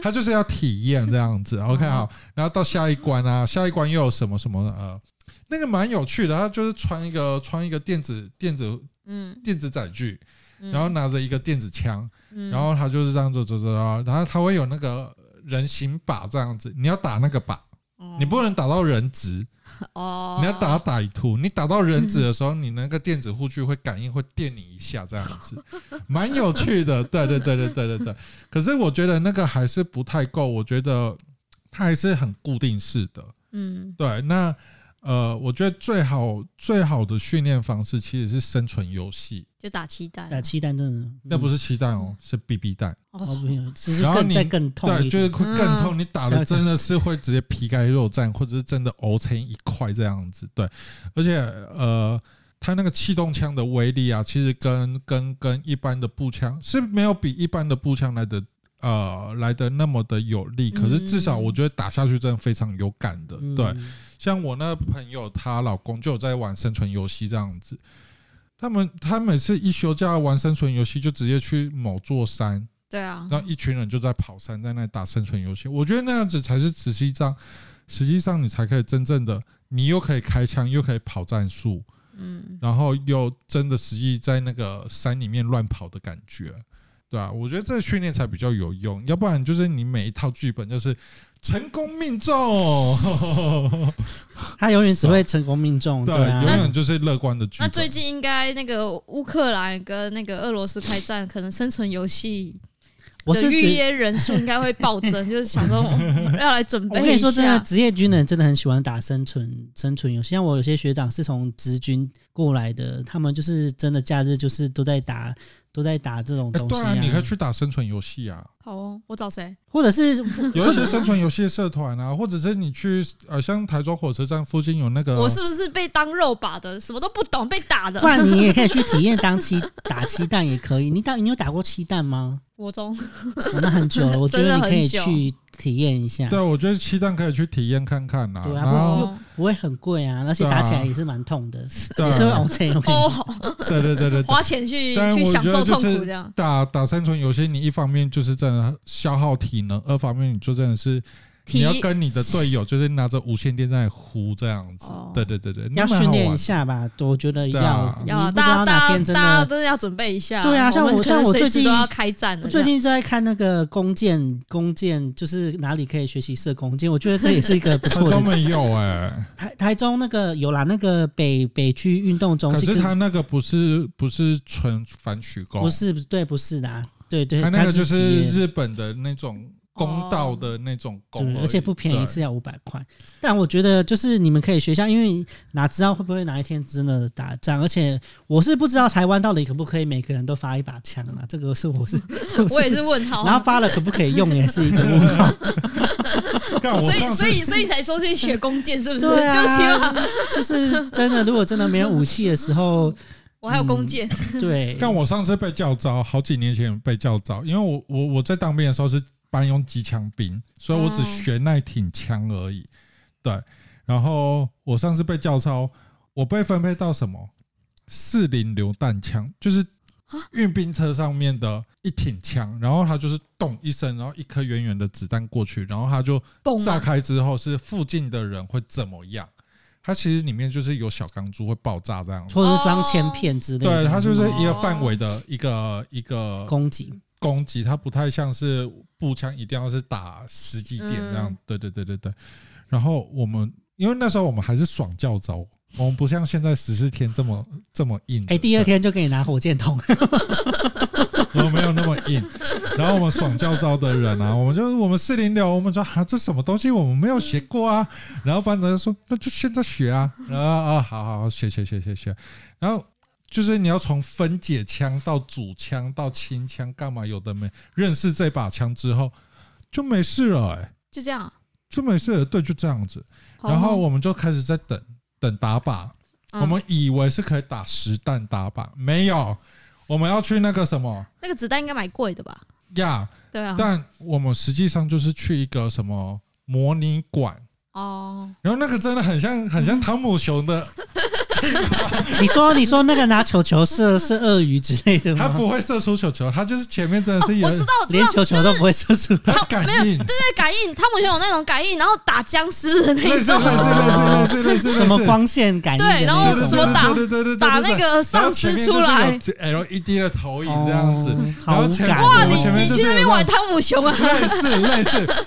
他就是要体验这样
嗯
子。OK，好，然后到下一关啊，下一关又有什么什么呃，那个蛮有趣的，他就是穿一个穿一个电子电子
嗯，
电子载具，
嗯
然后拿着一个电子枪，
嗯
然后他就是这样走走走，走然后他会有那个人形靶这样子，你要打那个靶，你不能打到人质，
哦，
你要打歹徒，你打到人质的时候，你那个电子护具会感应，会电你一下，这样子，蛮有趣的。对对对对对对对。可是我觉得那个还是不太够，我觉得它还是很固定式的。
嗯
对，那呃，我觉得最好最好的训练方式其实是生存游戏，
就打期待
打气弹真的
那不
是。
是鸡蛋哦，是 BB 弹。
哦，
哦
不，行，只是
然后
更
你
再更痛
对，
一
就是
点。
会更痛。你打的真的是会直接皮开肉绽，或者是真的凹成一块这样子。对，而且呃，它那个气动枪的威力啊，其实跟跟跟一般的步枪是没有比一般的步枪来的呃来的那么的有力，可是至少我觉得打下去真的非常有感的。
嗯
对，像我那朋友，她老公就有在玩生存游戏这样子。他们他每次一休假玩生存游戏，就直接去某座山，
对啊，
让一群人就在跑山，在那里打生存游戏。我觉得那样子才是实际上，实际上你才可以真正的，你又可以开枪，又可以跑战术，
嗯，
然后又真的实际在那个山里面乱跑的感觉，对啊，我觉得这个训练才比较有用，要不然就是你每一套剧本就是成功命中， [LAUGHS]
他永远只会成功命中，
啊对，
啊
永。远就是乐观的剧
那
本。
最近应该那个乌克兰跟那个俄罗斯开战，可能生存游戏
我
的
是
预
觉，
约人数应该会暴增，
[LAUGHS]
就是想说嗯要来准备
我跟
一
你说真的，
下。
职业军人真的很喜欢打生存生存游戏。像我有些学长是从职军过来的，他们就是真的假日就是都在打都在打这种
哎
东西
对啊，你可以去打生存游戏啊， [LAUGHS]
好哦，我找谁？
或者
[LAUGHS]
是
有一些生存游戏的社团啊，或者是你去呃，像台中火车站附近有那个，
我是不是被当肉靶的？什么都不懂被打的
呃不？然你也可以去体验当鸡打鸡蛋也可以。你打你有打过鸡蛋吗？
国中
哦那很久了，我觉
[LAUGHS] 真的
得你可以
很久
去体验一 [LAUGHS] 下
对，，我觉得七蛋可以去体验看看啦、
对啊
然后
哦
不会很贵啊，而且
对啊
打起来也是蛮痛的，也
对啊
是会 OK OK。
哦，
[LAUGHS] 对对对对对
花钱
[LAUGHS]
去
但
去
我
享
觉
受
得
痛
就
苦
是
这样。
打打生存游戏，你一方面就是真的消耗体能，二方面你就真的是
体
你要跟你的队友就是拿着无线电在呼这样子
哦。
对对对对，那
要
蛮
训
好
练
玩
一下吧，我觉得
对
要
啊。
你
要啊
不知
大
道
家
哪
大
天
家
真
大家
的，
都要准备一下。
对啊像
我们
我
可能
像我
随
最
时都
近
要开战了。
我最近就在看那个弓箭，弓箭就是哪里可以学习射弓箭，我觉得这也是一个不
台
错
中 [LAUGHS]
的。
没有哎，
台台中那个有啦，那个北北区运动中
可
心
是
跟，
他那个不是不是纯反曲弓
不，是对不是的、啊，对对，
他那个
它
就是
直接
日本的那种公道的那种弓
对，
已，
而且不便宜，一
对
次要五百块。但我觉得就是你们可以学一下，因为哪知道会不会哪一天真的打仗？而且我是不知道台湾到底可不可以每个人都发一把枪啊，这个是
[LAUGHS]
我是
这样我也
不
是
知
问号。
然后发了可不可以用也是一个问号，
干我
所以
上次
所以所以才说去学弓箭，是不是？
对啊
就希望
就是真的，如果真的没有武器的时候，
我还有弓箭，
嗯对，
但我上次被叫招，好几年前被叫招，因为我我我在当兵的时候是班用机枪兵，所以我只学那一挺枪而已。对，然后我上次被叫招，我被分配到什么四零榴弹枪，就是运兵车上面的一挺枪，然后它就是咚一声，然后一颗圆圆的子弹过去，然后它就
蹦啊
炸
嘛，
开之后是附近的人会怎么样？它其实里面就是有小钢珠会爆炸这样子。
或者是装铅片之类的，
对，它就是一个
哦
范围的一个一个
攻击。
攻击，它不太像是步枪，一定要是打十几点这样。
嗯
对对对对对。然后我们因为那时候我们还是爽教招，我们不像现在十四天这么这么硬。
哎，第二，天就给你拿火箭筒，
我们没有那么硬。然后我们爽教招的人啊，我们就是我们四零六，我们说啊这什么东西我们没有学过啊。然后班长就说那就现在学啊。然后啊好好好学学学学学。然后。就是你要从分解枪到主枪到轻枪干嘛有的没，认识这把枪之后就没事了、欸，
就这样。
就没事了，对，就这样子。
好
然后我们就开始在等等打靶，
哦嗯
我们以为是可以打实弹打靶，没有，我们要去那个什么
那个子弹应该蛮贵的吧？
呀
对啊，
但我们实际上就是去一个什么模拟馆。
哦，
然后那个真的很像，很像汤姆熊的，
你说你说那个拿球球射射鳄鱼之类的
它
吗？
不会射出球球，它就是前面真的是有
哦我知
人
道，我知
连
道，
球球都不会射出来。
它感应，
对感应，汤姆熊有那种感应，然后打僵尸的那
类
一
似
种，
[LAUGHS] 类似类似类似类似类似
什么光线感应的
对然后
那
对对
种
对
什么打
对对对对对对
打那个丧尸出
然
来。
后前面就是有 LED 的投影这样子，
哦
然后
好
前
感
我
哇
们
你
前面
你
就是
去那边
有
玩汤姆熊啊？ [LAUGHS]
类似类似，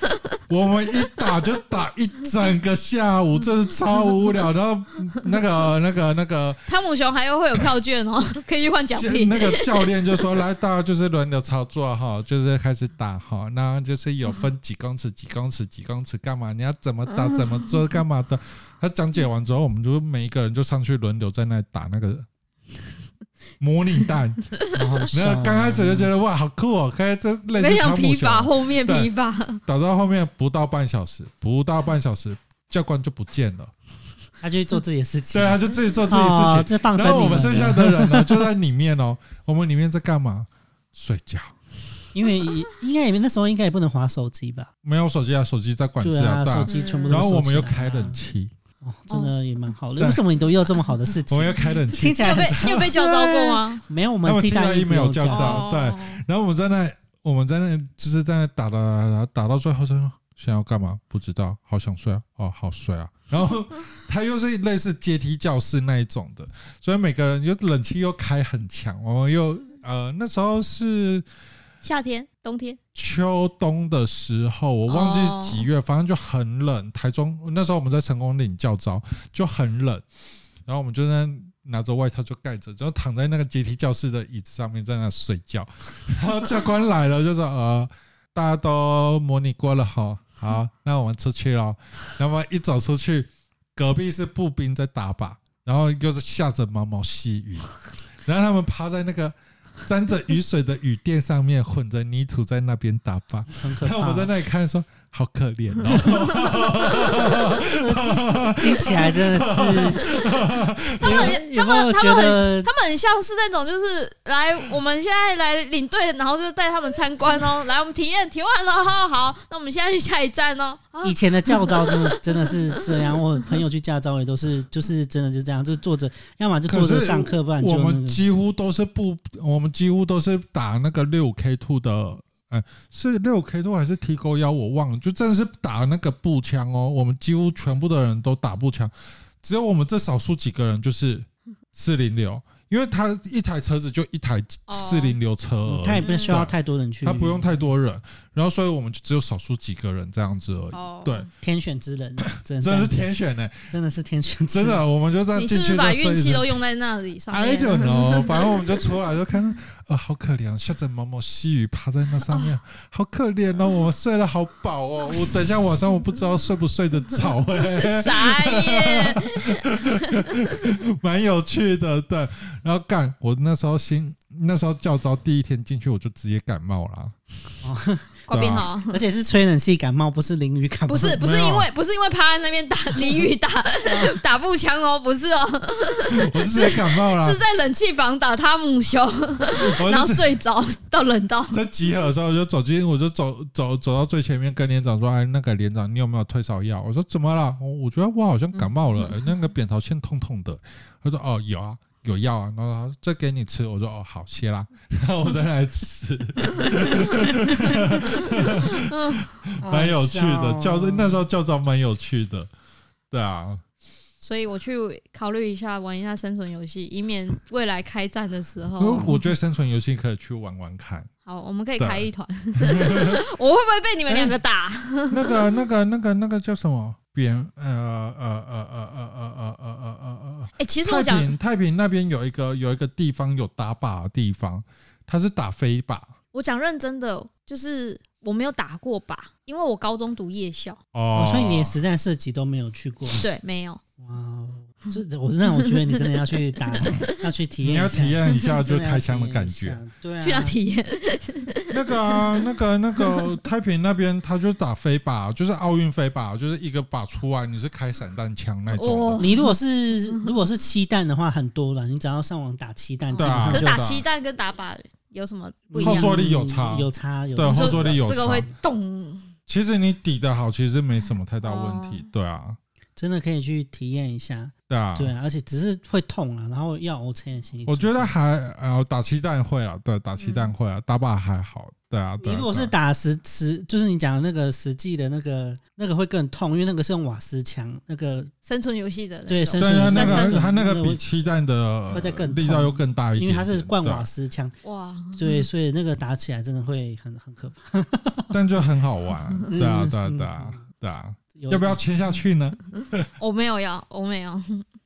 我们一打就打一整个下午，真是超无聊。然后那个那个那个
汤姆熊还有会有票券哦，可以去换奖
教
品。
那个教练就说：“来，大家就是轮流操作哈，就是开始打哈，那就是有分几公尺、几公尺、几公尺干嘛？你要怎么打、怎么做、干嘛的。”他讲解完之后，我们就每一个人就上去轮流在那打那个模拟弹。然后刚开始就觉得哇，好酷哦，可以这类
在
似
想
汤姆
批
熊
发，后面批
[LAUGHS]
发，
打到后面不到半小时，不到半小时，教官就不见了。
他就去做自己的事情。
对啊，就自己做自己事
哦，
情。
这放生
然后我
你们
们剩下
了，
的人呢， [LAUGHS] 就在里面哦。我们里面在干嘛？睡觉，
因为也应该也那时候应该也不能划手机吧？
没有手机啊，手机在管制
对啊，
啊。对
手
啊
机全部都
然后我
收起
们又
来
开
啊
冷，气，
哦，真的也蛮好的。
对
为什么你都遇到这么好的事
我
情
们？又开冷
听起
气。
你
来
有
很
[LAUGHS]
被你有被教招过吗？哦
没有，我
那
们
我
替
听
代
到一
役
没有
不用
教
教招，
招对然后我们在那我们在那就是在那打打打打打到最后，他说想要干嘛？不知道，好想睡啊，哦，好睡啊。
[LAUGHS]
然后他又是类似阶梯教室那一种的，所以每个人又冷气又开很强，我们又呃那时候是
夏天、冬天，
秋冬的时候，我忘记
哦
是几月，反正就很冷。台中那时候我们在成功岭教招就很冷，然后我们就在拿着外套就盖着，然后躺在那个阶梯教室的椅子上面在那睡觉。然后教官来了就说：“呃，大家都模拟过了哈，好，那我们出去咯。然后我们一走出去，隔壁是步兵在打靶，然后又是下着毛毛细雨，然后他们趴在那个。沾着雨水的雨垫上面混着泥土，在那边打
[LAUGHS]
靶。
很可
然 [LAUGHS] 后我
怕。
们在那里看说，好可怜
[LAUGHS]
哦。
听起来真的
[LAUGHS]
是，
他们
有有没
他
有
们
觉得
他们很像是那种，就是来我们现在来领队，然后就带他们参观哦，来我们体验体验完了，好好，那我们现在去下一站哦。啊
以前的教招真的真的是这样？我朋友去教招也都是，就是真的就这样，就坐着，要么就坐着上课，不然就
我
那
们
个。
几乎都是不，我们几乎都是打那个六 K two 的，呃，是六 K two 还是提钩腰？我忘了，就真的是打那个步枪哦。我们几乎全部的人都打步枪，只有我们这少数几个人就是四零六，因为他一台车子就一台四
哦
零六车而已。
他也不需要哦太多人去，
呃他不用太多人，然后所以我们就只有少数几个人这样子而已。
哦
对，
天选之人，真
[LAUGHS] 真
的
的是天选呢、
真的是天选之
真
人，
的，我们就在
你是
进
不
去
是
就
把
睡
运气
着
都用在那里上
I
面？
don't know，反正我们就出来就看到，呃，好可怜，下着毛毛细雨趴在那上
[LAUGHS] 啊
面，好可怜哦，我睡得好饱哦，我等一下晚上我不知道睡不睡得
[LAUGHS]
着、欸，
傻耶！
蛮有趣的，对。然后干，我那时候新那时候教招第一天进去我就直接感冒啦，
快变
啊
好，
而且是吹冷气感冒，不是淋雨感冒，
不是不 [LAUGHS] 是因为不是因为趴在那边
[LAUGHS]
打淋雨打
嗯
打步枪哦，不是哦，
我就直接感冒啦
是，在冷气房打他母熊，
我啊哦
然
就
后
是
睡着到冷到。
[LAUGHS] 在集合的时候，我就走进，我就走走走到最前面，跟连长说：“哎，那个连长，你有没有退烧药？”我说：“怎么了？我我觉得我好像感冒了、哎那个扁桃腺痛痛的。”他说：“哦，有啊，有药啊。”然后他说：“这给你吃。”我说：“哦，好，谢啦。” [LAUGHS] 然后我再来吃，
哦
蛮有趣的。教那时候教招蛮有趣的，对啊，
所以我去考虑一下玩一下生存游戏，以免未来开战的时
因为
候，
我觉得生存游戏可以去玩玩看。
好，我们可以
啊 [LAUGHS]
开一团。我会不会被你们两个打？
那个、那个、那个、那个叫什么？扁呃呃呃呃呃呃呃呃呃呃呃。
哎，其实
太
我讲
平太平那边有一个有一个地方有打靶的地方，它是打飞靶
我讲认真的，就是我没有打过靶，因为我高中读夜校，
哦
哦，所以你连实战射击都没有去过，
对，没有。
哇哦！这我让我觉得你真的要去
[LAUGHS]
打，要去体验
你
一下，
要体验一下
真
就
的要
开枪的
体验
感
一
觉
下。，对啊，
去那体验，
那个啊，那个那个太平那边他就打飞靶，就是奥运飞靶，就是一个靶出来你是开散弹枪那种的。
哦
你如果是如果是七弹的话，很多了，你只要上网打七弹，
对
基
啊
可
本
是
上
打七弹跟打靶有什么不
就
一
后
样？
坐力有差
有差有
对
差
后
就
坐力有
这个
差
会动，
其实你抵得好，其实没什么太大问题
哦。
对啊，
真的可以去体验一下，
对啊，
对啊，而且只是会痛啊，然后要 O C 的心理准备。
我觉得还呃打气弹会了，对，打气弹会啊，打靶还好。对啊，对
你
啊
如果
对啊
是打实实，就是你讲的那个实际的那个那个会更痛，因为那个是用瓦斯枪，那个
生存游戏的那
对
种
生
对啊，
存
那
生
个
存
它那个
那个
比
会
气弹的
会再更
力道又更大一点点，啊嗯
因为它是灌
对啊
瓦斯枪，
哇，
对，所以那个打起来真的会很很可怕。
但就很好玩，对啊，对啊，
[LAUGHS] 嗯
对啊，对啊，
有
要不要切下去呢？
我没有要，我没有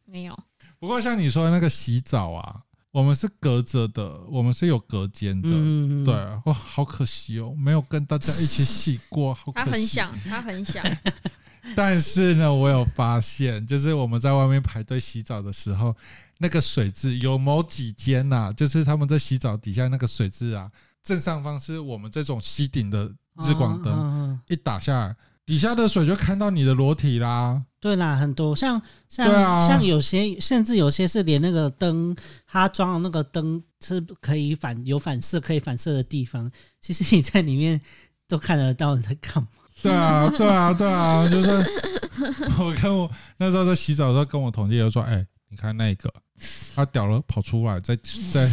没有，
不过像你说的那个洗澡啊，我们是隔着的，我们是有隔间的，
嗯，嗯嗯
对，啊哇，好可惜哦，没有跟大家一起洗过，好可
他
惜。哦
很想，他很想，
[LAUGHS] 但是呢，我有发现，就是我们在外面排队洗澡的时候，那个水质有某几间呐、就是他们在洗澡底下那个水质啊，正上方是我们这种吸顶的日光灯，
嗯嗯嗯
一打下来，底下的水就看到你的裸体啦。
对啦，很多像像、
对啊
像有些，甚至有些是连那个灯，它装的那个灯是可以反有反射，可以反射的地方，其实你在里面都看得到你在干嘛。
对啊，对啊，对啊，就是我跟我那时候在洗澡的时候，跟我同事就说：“哎、你看那个，他屌了跑出来，在在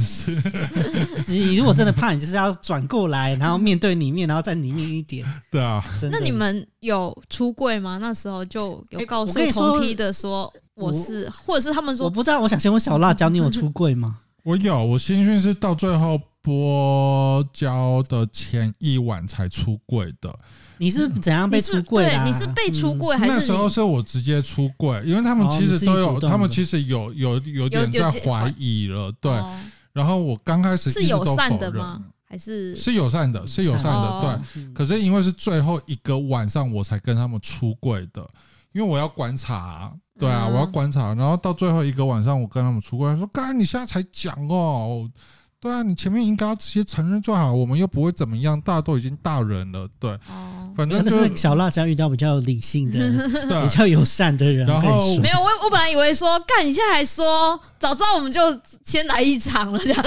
你如果真的怕，你就是要转过来，然后面对里面，然后在里面一
[LAUGHS]
点。
[LAUGHS] 对啊，
真的
那你们有出柜吗？那时候就有
哎
告
我
诉
跟你说
同梯的说我是，或者是他们
我
说
不知道，我想先问小辣椒，你有出柜吗？
我有，我新训是到最后播交的前一晚才出柜的，
你是怎样被
你
出
是
柜的
对
啊？
你是被出
嗯
柜还
那
是
时候
你？
是我直接出柜，因为他们
哦
其
你
实
自己
都
主
有，
动
他们
的
其实有有有点
有
在
点
怀疑了，对。
哦
然后我刚开始
是
一直
友
都
善
否
的
认
吗？？还是
是友善的，是友善的，
友善
对
哦。
嗯
可是因为是最后一个晚上我才跟他们出柜的，因为我要观察啊，对啊，
嗯
我要观察。然后到最后一个晚上我跟他们出柜，他说：“刚才你现在才讲哦，对啊，你前面应该要直接承认就好，我们又不会怎么样，大家都已经大人了，对，
哦？
反
没有
正就
嗯那是小辣椒遇到比较理性
嗯
[LAUGHS]
的、
对
比。较友善的人，
然后
我跟你说
没有，我我本来以为说，干，你现在还说，早知道我们就先来一场了，这样。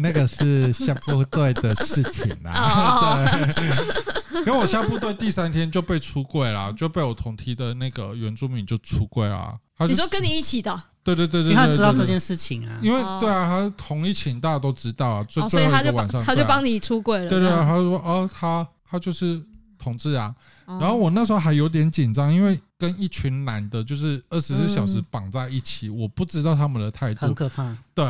那个是下部队的事情
哦
哦
啦。对，因为我下部队第三天就被出柜啦，就被我同梯的那个原住民就出柜啦。他就
你说跟你一起的，
对对对
因
对，
为他知道
对
这
对
件事情啊。
因为
哦
对啊，他同一寝大家都知道啊，最
哦，所
最
以
后
他
一个
就
晚上，
他就帮
你，
你出柜了，
对对
这
啊，
样
他就说哦，他他就是同志啊。
哦
然后我那时候还有点紧张，因为跟一群男的，就是二十四
嗯
小时绑在一起，我不知道他们的态
很
度。
可怕，
对，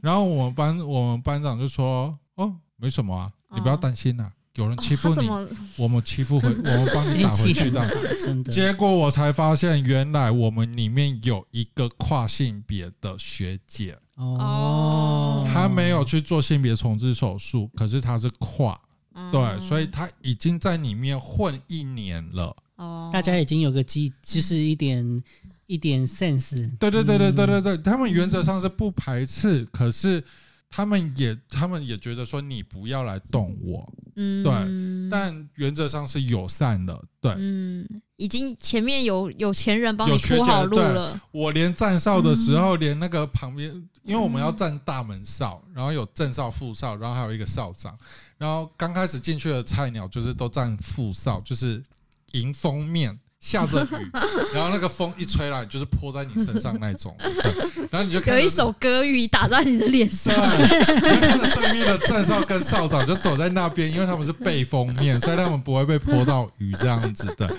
然后我们班我们班长就说哦，没什么啊，你不要
哦
担心啊，有人
哦
欺
他
负
怎
你，
么
我们欺
[LAUGHS]
负回，我们帮嗯你打回去这样。
[LAUGHS] 真的。
结果我才发现，原来我们里面有一个跨性别的学姐，
哦，
她没有去做性别重置手术，可是她是跨，
嗯
对，所以她已经在里面混一年了。
哦，
大家已经有个基，就是一点一点 sense。嗯
对对对对对对对，他们原则上是不排斥，可是他们也他们也觉得说你不要来动我，
嗯
对但原则上是友善的。对
嗯，已经前面有有钱人帮你
有学姐
铺好路
对
了，
嗯我连站哨的时候，连那个旁边，因为我们要站大门哨，然后有正哨、副哨，然后还有一个哨长。然后刚开始进去的菜鸟就是都站副哨，就是迎风面。下着雨，然后那个风一吹来，就是泼在你身上那种。对哎然后你就看
有
到
一首歌语打在你的脸
[LAUGHS]
上
对，，然后对面的站哨跟哨长就躲在那边，因为他们是背风面，所以他们不会被泼到雨这样子的。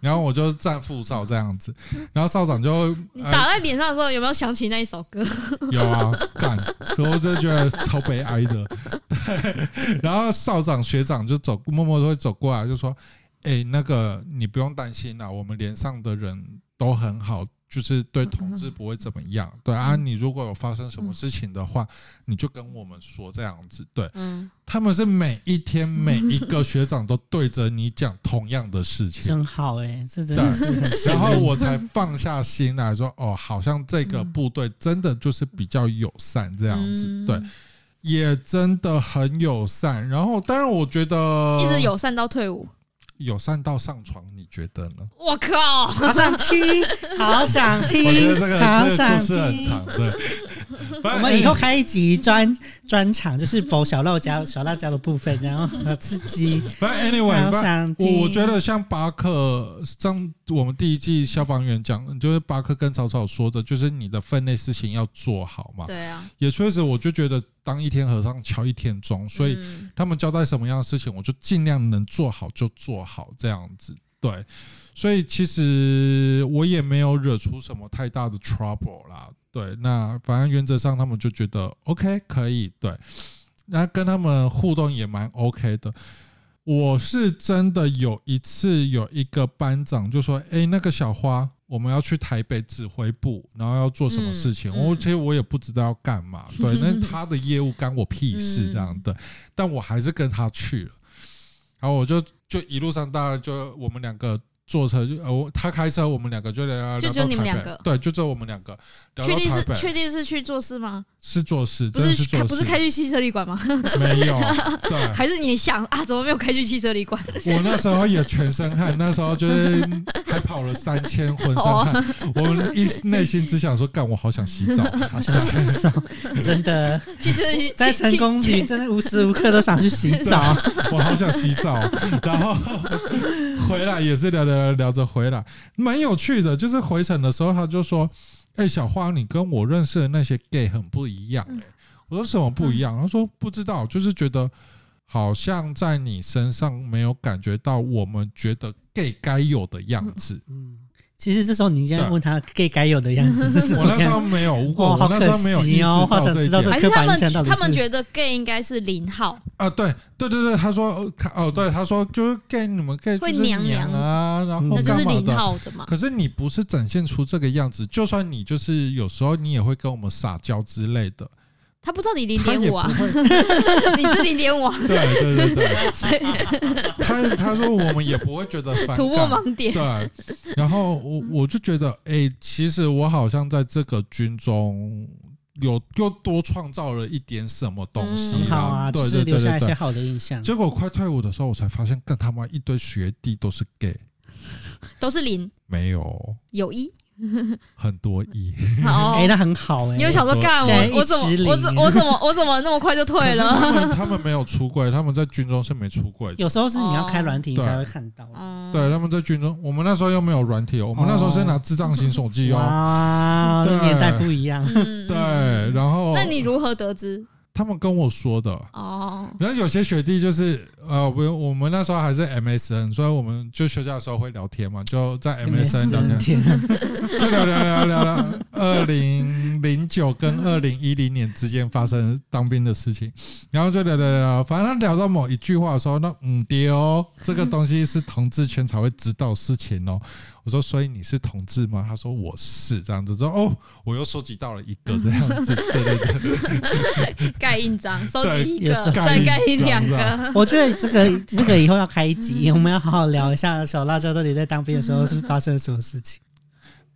然后我就站副哨这样子，然后哨长就会
你
呃
打在脸上的时候有没有想起那一首歌？
[LAUGHS] 有啊，干，可我就觉得超悲哀的。对，然后校长学长就走，默默地会走过来，就说：“哎、那个你不用担心啦，啊我们连上的人都很好，就是对同志不会怎么样。对啊，你如果有发生什么事情的话，你就跟我们说这样子。对，
嗯，
他们是每一天每一个学长都对着你讲同样的事情，
真好哎、这真的是很幸
然
运
后我才放下心来说，哦，好像这个部队真的就是比较友善这
这
样子，对，，也真的很友善。然后，当然我觉得
一直友善到退伍。
友善到上床，你觉得呢？
我靠！
好想听，好想听，
我觉得这个
好
这个
想
故事很
听。
长的。
我
反正
们以后开一集专专场，就是否小辣椒小辣椒的部分，然后很刺激，
反正 anyway，
好
反正
想听。
我我觉得像巴克，像我们第一季消防员讲，就是巴克跟草草说的，就是你的分内事情要做好嘛。
对啊，
也确实，我就觉得当一天和尚敲一天钟，所以
嗯
他们交代什么样的事情，我就尽量能做好就做好，这样子。对，所以其实我也没有惹出什么太大的 trouble 啦。对，那反正原则上他们就觉得 OK 可以，对，那跟他们互动也蛮 OK 的。我是真的有一次有一个班长就说：“诶，那个小花，我们要去台北指挥部，然后要做什么事情？”
嗯嗯
我其实我也不知道要干
[LAUGHS]
嘛，对，那是他的业务干我屁事这样
嗯
的。但我还是跟他去了。然后我就就一路上，大概就我们两个坐车，就呃我他开车，我们两个就聊聊聊
就
到
只有你们
台
两
北
个
对，就只有我们两个聊
确
到
定
台
是确
北，
定是去做事吗？
是做事，
不
真的
是
是
开
做
不是
事，
开去汽车旅馆吗？
没有，对。
[LAUGHS] 还是你想啊，怎么没有开去汽车
[LAUGHS]
旅馆？
我那时候也全身汗，那时候就是还跑了三千，浑身
[LAUGHS] 哦
汗。我们一内心只想说，干，我好想洗澡。
[LAUGHS] 好想洗澡，真的
汽车 [LAUGHS] 旅
在
汽
成功
汽
里真的无时无 [LAUGHS] 刻都想去洗澡。
[LAUGHS] 我好想洗澡，然后回来也是聊聊聊聊着回来，蛮有趣的。就是回程的时候，他就说：“哎、小花，你跟我认识的那些 gay 很不一样、欸
嗯
我说：“什么不一
嗯
样？”他说：“不知道，就是觉得好像在你身上没有感觉到我们觉得 gay 该有的样子。
嗯，其实这时候你应该问他 gay 该有的样子是什
我
么
那时候
样。
没有问，
哦
我
嗯好
那时候没有
可
意
惜
识
哦好
到
想
这一
知道
点。
这
还是
刻板
他
印象到
们
底
他们
是哦
觉得 gay 应该是零号，
啊，对对对对，他说呃看哦，对，他说就是 gay 你们 gay 就
会
是
娘
娘啊，然后
那就
干
是
嘛
零
的。
号
[LAUGHS]
的嘛。
可是你不是展现出这个样子，就算你就是有时候你也会跟我们撒娇之类的，
他不知道你零
他
点
也
五
不
啊，
会。
[LAUGHS] 你是零点五，啊
[LAUGHS]
对对对对，
所以
他他说我们也不会觉得反
[LAUGHS] 突破
感。
盲点。
对，然后我我就觉得，哎、其实我好像在这个军中有又多创造了一点什么东西、
很
嗯
好啊，就
对
是
对对
留
对
下
对
一些好的印象。
结果快退伍的时候，我才发现，干他妈一堆学弟都是 gay，
都是零，
没有
[LAUGHS]
有一。
很多一。
哦
哎，，那很好哎
你有，想说干
现在
我我
一直
怎么我怎
零
我怎么我怎么那么快就退
可是
了？
他们他们没有出柜，他们在军中是没出柜的。
有时候是你要开软体你
哦
才会看到。
嗯，
对，他们在军中，我们那时候又没有软体哦，我们那时候是拿智障型手机哦。
哇，
对
年代不一样。 [LAUGHS]
嗯，
对
嗯，
然后
那你如何得知？
他们跟我说的。
哦，
然后有些学弟就是呃，我我们那时候还是 MSN，所以我们就休假的时候会聊天嘛，就在 MSN 聊天，
天啊，
就聊聊聊聊聊二零零九跟二零一零年之间发生当兵的事情，然后就聊聊聊聊，反正聊到某一句话的时候，那嗯爹哦，这个东西是同志圈才会知道的事情哦。我说，所以你是同志吗？他说我是这样子，说哦，我又收集到了一个这样子，对对对，
盖印章，收集一
有
个，
时候
再盖印两
盖印章
[LAUGHS] 个。
我觉得这个这个以后要开一
嗯
集，我们要好好聊一下小辣椒到底在当兵的时候是发生了什么事情。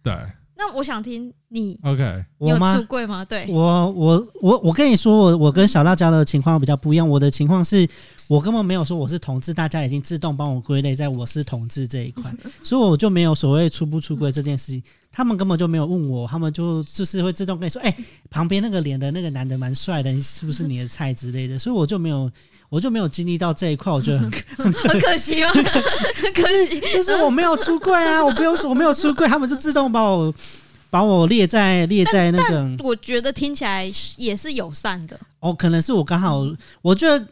对
那我想听你
，OK，
你
我
有哎
吗
出？柜吗？对，
我我我我跟你说，我我跟小辣椒的情况比较不一样。我的情况是我根本没有说我是同志，大家已经自动帮我归类在我是同志这一
[LAUGHS]
块，所以我就没有所谓出不出柜这件事情。他们根本就没有问我，他们就就是会自动跟你说，哎、旁边那个脸的那个男的蛮帅的，你是不是你的菜之类的？所以我就没有我就没有经历到这一块，我觉得很
[LAUGHS] 很可惜
[LAUGHS]
吗？很可惜，
就是我没有出柜啊，我不用，我没有出柜，他们就自动把我把我列在列在那个
我觉得听起来也是友善的。
哦，可能是我刚好，我觉得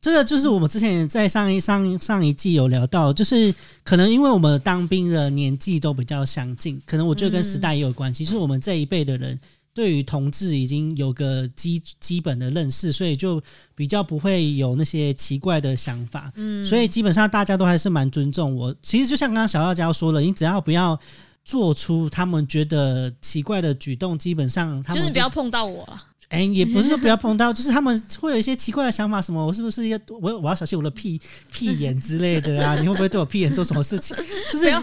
这个就是我们之前在上一上上一季有聊到，就是可能因为我们当兵的年纪都比较相近，可能我觉得跟时代也有关系，就是我们这一辈的人。对于同志已经有个基基本的认识，所以就比较不会有那些奇怪的想法。
嗯，
所以基本上大家都还是蛮尊重我。其实就像刚刚小辣椒说了，你只要不要做出他们觉得奇怪的举动，基本上他
就
们
是不要嗯碰到我啊了。
哎、也不是说不要碰到， [LAUGHS] 就是他们会有一些奇怪的想法，什么我是不是要我我要小心我的屁屁眼之类的啊？你会不会对我屁眼做什么事情？就是
不要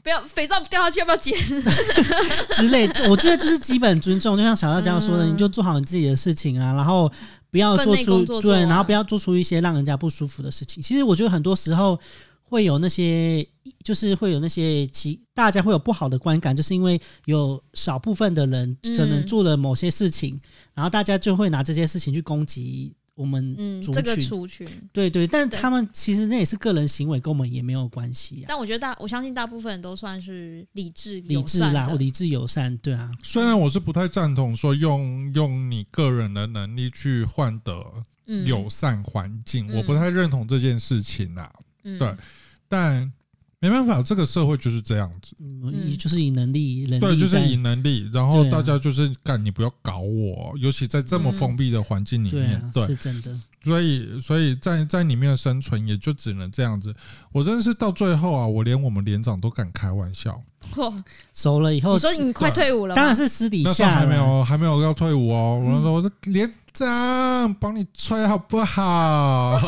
[LAUGHS] 不要肥皂掉下去，要不要捡？
之类，我觉得就是基本尊重，就像小辣椒说的，
嗯
你就做好你自己的事情啊，然后不要做
分内
出
工作做
对，
啊
然后不要做出一些让人家不舒服的事情。其实我觉得很多时候会有那些，就是会有那些其大家会有不好的观感，就是因为有少部分的人
嗯
可能做了某些事情，然后大家就会拿这些事情去攻击我们
嗯，
族
这个
群。
族群。
对对，但
对
他们其实那也是个人行为，跟我们也没有关系啊。
但我觉得大，我相信大部分人都算是理智、
理智
友善
啦，
的
我理智友善，对啊，
虽然我是不太赞同说用用你个人的能力去换得
嗯
友善环境，
嗯
我不太认同这件事情啊。
嗯
对但没办法，这个社会就是这样子，
嗯，
嗯
就是以能力，能力
对，就是
在
以能力，然后
对啊
大家就是干、你不要搞我，尤其在这么
嗯
封闭的环境里
对
面，
啊，
对，
是真的。
所以所以在在里面生存也就只能这样子。我真的是到最后啊，我连我们连长都敢开玩笑，
嚯
熟了以后，
你说你快退伍了吗，
当然是私底
那时候
下
还没
啦。
有还没有要退伍哦，我那时候我说连长帮你吹好不好？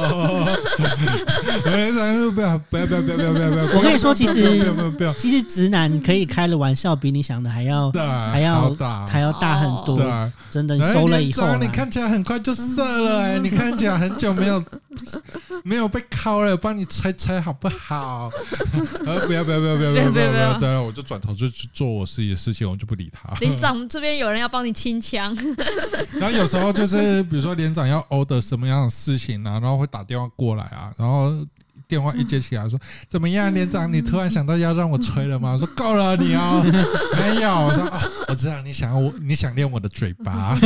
连长说不要不要不要不要不要不要不要！
我跟你说其实
不要不要不要，
其实直男可以开的玩笑比你想的还要
对，
还要
打
还要大很多
对，。
真啊的，你
哎
熟了以
连
后
长
啦，[LAUGHS]
你看起来很快就射了哎，你看起来很久没有没有被敲了，帮你吹吹好不好？呃，不要不要不要不要不要不要不要！对了，我就转头就去做我自己的事情，我就不理他。
连长这边有人要帮你清枪，
然后有时候就是，比如说连长要 order 什么样的事情啊，然后会打电话过来啊，然后电话一接起来说：“怎么样，连长？你突然想到要让我吹了吗？”我说：“够了，你哦，没有。”我说：“哦，我知道你想要我，你想练我的嘴巴。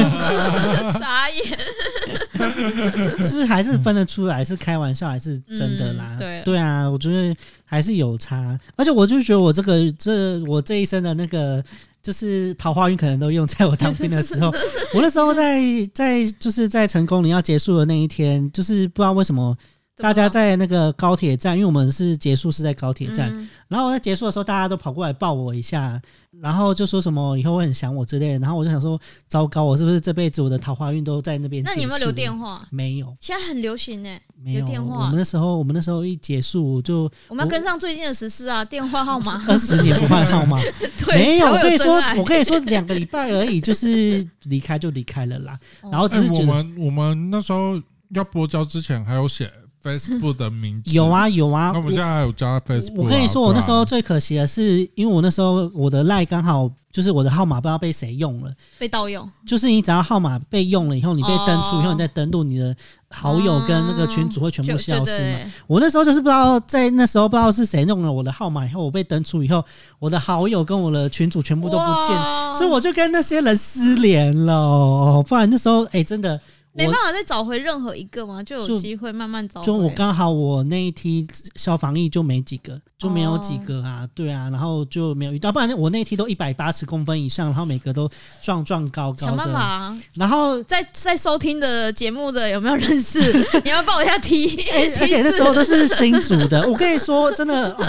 傻眼，
是还是分得出来是开玩笑还是真的啦。
嗯对
啊，我觉得还是有差，而且我就觉得我这个这我这一生的那个。就是桃花运可能都用在我当兵的
[LAUGHS]
时候。我那时候在在就是在成功你要结束的那一天，就是不知道为什么大家在那个高铁站，因为我们是结束是在高铁站，
嗯
然后我在结束的时候，大家都跑过来抱我一下，然后就说什么以后会很想我之类的。然后我就想说，糟糕，我是不是这辈子我的桃花运都在那边？
那你有没有留电？话？
没有，
现在很流行欸呢、
没有。
留电话
我们那时候，我们那时候一结束就。
我们要跟上最近的时事啊，电话号码
二十年不换号码，
[LAUGHS] 对，
[LAUGHS] 没有。我
才会
跟你说
真，爱
我跟你说，两个礼拜而已，就是离开就离开了啦。
哦
然后”只
哎
是，
我
觉得
们我们那时候要播交之前还
[LAUGHS]
有写 Facebook 的名字，
有。啊有啊
那我，们现在还有加 Facebook 啊。
我跟你说，我那时
[LAUGHS]
候
对
最可惜的是，因为我那时候我的赖刚好就是我的号码不知道被谁用了。
被盗用，
就是你只要号码被用了以后，你被登出以后，
哦
你再登录你的好友跟那个群主会全
就
部
就
消失嘛。
对，
我那时候就是不知道在那时候不知道是谁弄了我的号码以后，我被登出以后，我的好友跟我的群主全部都不见了，
哇
所以我就跟那些人失联了。不然那时候哎、真的
没
我
办法再找回任何一个嘛，就
就
有机会慢慢找回。
就我刚好我那一梯消防役就没几个，就没有几
哦
个啊，对啊，然后就没有遇到，不然我那一梯都一百八十公分以上，然后每个都壮壮高高
想办
的，
法、啊，
然后
在在收听的节目的有没有认
[LAUGHS]
识？你要不要 [LAUGHS] 报一下 T，
哎而且那时候都是新组的，我跟你说，真的、哦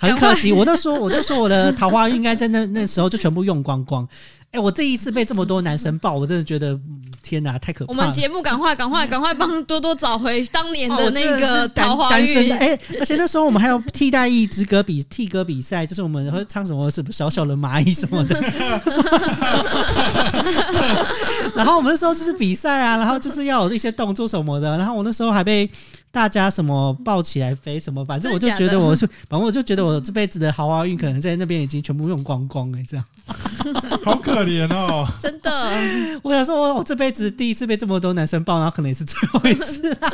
很可惜。我就说，我就说我的桃花运应该在那那时候就全部用光光。哎、我这一次被这么多男生抱，我真的觉得、嗯天哪，太可
我
怕
们
了。
节目赶快赶快赶快帮多多找回当年
哦
的那个桃花
我真的是单单身
运
的，哎、而且那时候我们还有替代役之歌比替歌比赛，就是我们会唱什么什么小小的蚂蚁什么的， [LAUGHS] 然后我们那时候就是比赛啊，然后就是要有一些动作什么的，然后我那时候还被大家什么抱起来飞什么，反正我就觉得我是，反正我就觉得我这辈子的豪华运可能在那边已经全部用光光了、这样。
好可怜哦。
真
[LAUGHS]
的。
我想说，哦我这辈子第一次被这么多男生抱，然后可能也是最后一次。
[LAUGHS]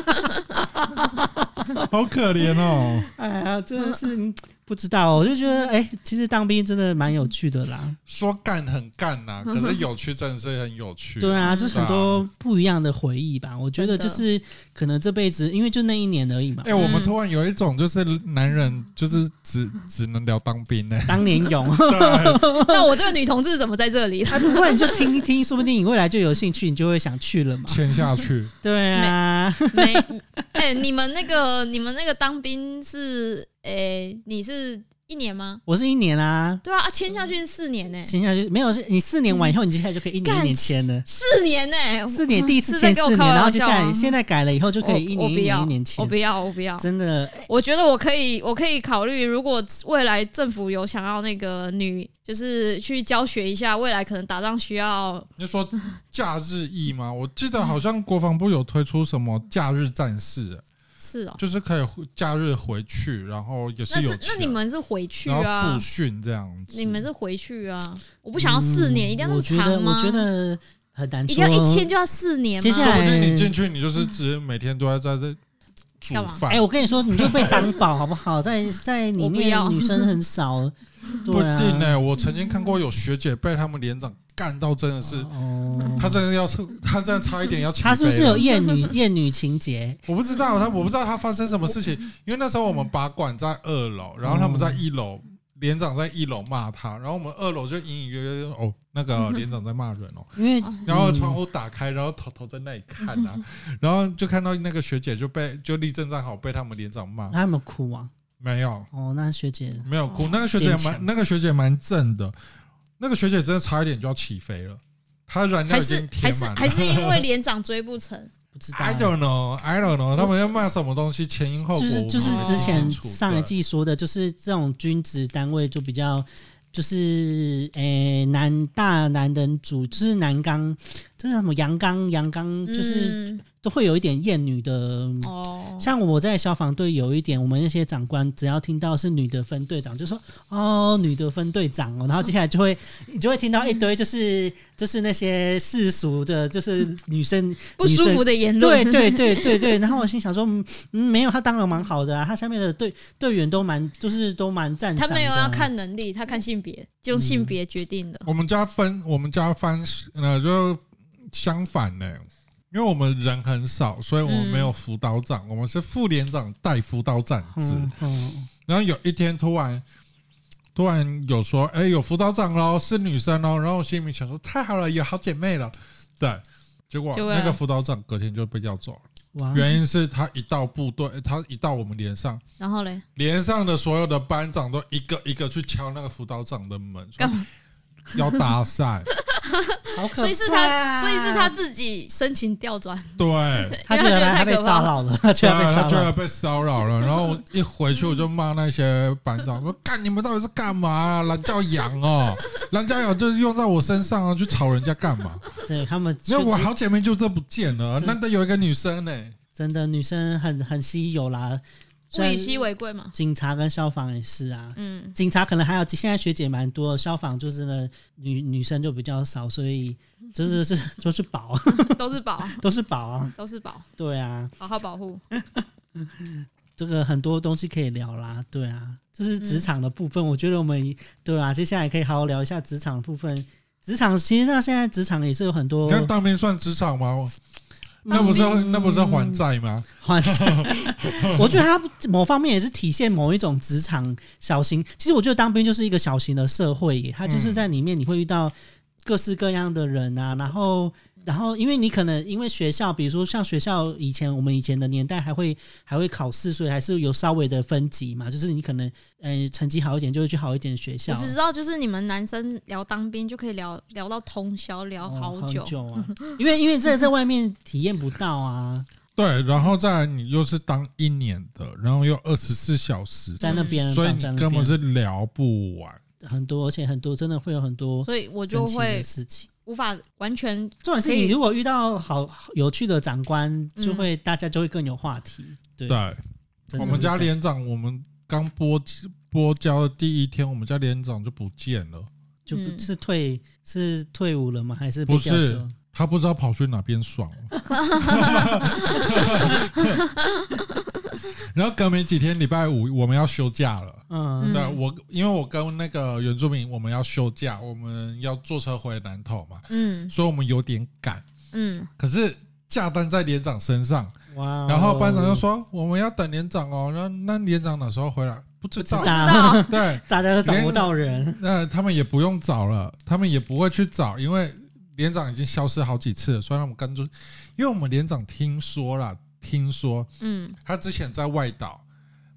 好可怜哦！
哎呀，真的是嗯不知道，我就觉得，哎、其实当兵真的蛮有趣的啦。
说干很干
[LAUGHS]
呐、可是有趣真的是很有趣、
对啊，就是很多不一样的回忆吧。我觉得就
嗯真的
是可能这辈子，因为就那一年而已嘛
哎、，我们突然有一种就是男人
嗯
就是只只能聊当
[LAUGHS]
兵呢、
当年勇。
那我这个女同志怎么在这里？
啊，不然你就听一听，说不定你未来就有兴趣，你就会想去了嘛。
签下去。
对啊，
[LAUGHS] 没，哎、你们那个你们那个当兵是，哎、你是一年吗？
我是一年啊，
对啊，啊签下去是四年呢、
签下去没有？是你四年完以后，你接下来就可以一年一
嗯干
年签了。
四年呢、
四年第一次
是在
签
跟我
四
开
年，
玩
然后接下
笑
来
吗
现在改了以后就可以
我
一
我
年
不
一年
要
一年
我
签
不。要，我不要。
真的，嗯
我觉得我可以，我可以考虑，如果未来政府有想要那个女，就是去教学一下，未来可能打仗需要
你说假日役吗？我记得好像国防部有推出什么假日战士，
是哦。
就是可以回假日回去，然后也
那
是有啊钱
是
啊
那你们是回去
然后
啊
复？训这样子。
你们是回去啊？我不想要四年，
嗯
一定要那
我
么
觉
长
得，
吗？
我觉得很难
一
说。
定要一签就要四年吗？
接下
说
来
不定你进去，你就是只是每天都在在这
干
煮
嘛
饭。
哎、我跟你说，你就被当宝好不好？在在里
我不
面
要
女生很少，
不
对
一
啊，
定呢、我曾经看过有学姐被他们连长干到，真的是
哦，
他真的要是他真的差一点要起飞
他
了，
是不是有厌女厌女情节？
我不知道他，我不知道他发生什么事情，因为那时候我们把管在二楼，然后他们在一楼，连长在一楼骂他，然后我们二楼就隐隐约约就哦，那
[LAUGHS]
个连长在骂人哦，
因为
然后窗户打开，然后头头在那里看啊，
嗯
然后就看到那个学姐就被就立正站好被他们连长骂，
他有没有哭啊？
没有
哦，那学姐
没有哭，那个学姐
坚强
蛮那个学姐蛮正的，那个学姐真的差一点就要起飞了，她燃料
还
已
是
经
还
填
是
满了
还。是因为连长追不成，
不知道
I。don't know, I don't know，他们要骂什么东西，前因后
就
果
是就是
我们
之前
不清楚
上一季说的，就是这种军职单位就比较就是诶、男大男人主，就是男 [LAUGHS] 刚，就是什么阳刚阳刚，就是
嗯
都会有一点厌女的
哦，
像我在消防队有一点，我们那些长官只要听到是女的分队长，就说哦，女的分队长哦，然后接下来就
[LAUGHS]
会你就会听到一堆就是就是那些世俗的，就是女生
不舒服的言
对
论， [LAUGHS]
对对对对，然后我心想说，嗯，嗯没有，他当然蛮好的啊，他下面的队队员都蛮，就是都蛮赞赏
他
的啊。嗯
没有要看能力，他看性别，就用性别决定的。
我们家分，我们家翻呃就相反呢、因为我们人很少，所以我们没
嗯
有辅导长，我们是副连长带辅导长制。
嗯，嗯
然后有一天突然突然有说，哎、有辅导长喽，是女生喽。然后我心里面想说，太好了，有好姐妹了。对，结果
结果
那个辅导长隔天就被调走了，
啊
哇，
原因是他一到部队，他一到我们连上。
然后嘞，
连上的所有的班长都一个一个去敲那个辅导长的门，说
干嘛
要搭讪。
好可
所以是
怕
他，所以是他自己申请调转，
对，
他觉
因为他觉得
得他
太
被
可怕
骚扰了，他觉得
对
被
啊，他
骚
居
扰
然
了。
被骚扰了。然后我一回去我就骂那些班长说：“干你们到底是干嘛、啊？懒叫羊哦， [LAUGHS] 懒叫羊就是用在我身上啊，去吵人家干嘛？
对他们
因为我
确实
好姐妹就这不见了，
是
难得有一个女生呢、
真的女生很很稀有啦，
物
所
以
以
稀为贵嘛。
警察跟消防也是啊。
嗯，
警察可能还有，现在学姐蛮多的，消防就真的女女生就比较少，所以就是 [LAUGHS] 是都是宝，
都是宝，
都是宝啊，
都是宝，
对啊。
好好保护。
这个很多东西可以聊啦，对啊，就是职场的部分，我觉得我们对啊，接下来可以好好聊一下职场的部分。职场其实上现在职场也是有很多
你看当兵算职场吗？那不是那不是还债吗？
换 [LAUGHS] 我觉得它某方面也是体现某一种职场小型。其实我觉得当兵就是一个小型的社会耶，它就是在里面你会遇到各式各样的人啊，然后。然后，因为你可能因为学校，比如说像学校以前我们以前的年代还会还会考试，所以还是有稍微的分级嘛。就是你可能呃成绩好一点，就会去好一点的学
我
校。
只知道，就是你们男生聊当兵就可以聊聊到通宵，聊
哦
好久
久。
[LAUGHS]
啊，因为因为在在外面体验不到啊，
对，然后再来你又是当一年的，然后又二十四小时，
在那边
所以
放
你
在那
根
边
本是聊不完。
很多，而且很多真的会有很多
所以我就
神奇
会
的事情。
无法完全
重点是
可以
你如果遇到好有趣的长官，
嗯
就会、大家就会更有话题。对，
对，
真的
我们
是这
家
样
连长，我们刚播播交的第一天，我们家连长就不见了，
就
嗯
不是退是退伍了吗？还是
不是
被调走
他不知道跑去哪边爽
[LAUGHS]
了。然后隔没几天，礼拜五我们要休假了。
嗯
对
嗯
我，因为我跟那个原住民，我们要休假，我们要坐车回南投嘛，
嗯
所以我们有点赶。
嗯
可是假单在连长身上，
哇哦、
然后班长就说我们要等连长哦，那那连长哪时候回来？不知道
不知。道
道
对，
大啊家都找不到人，
那他们也不用找了，他们也不会去找，因为连长已经消失好几次了，所以他们干脆，因为我们连长听说啦，听说
嗯
[LAUGHS]
他之前在外岛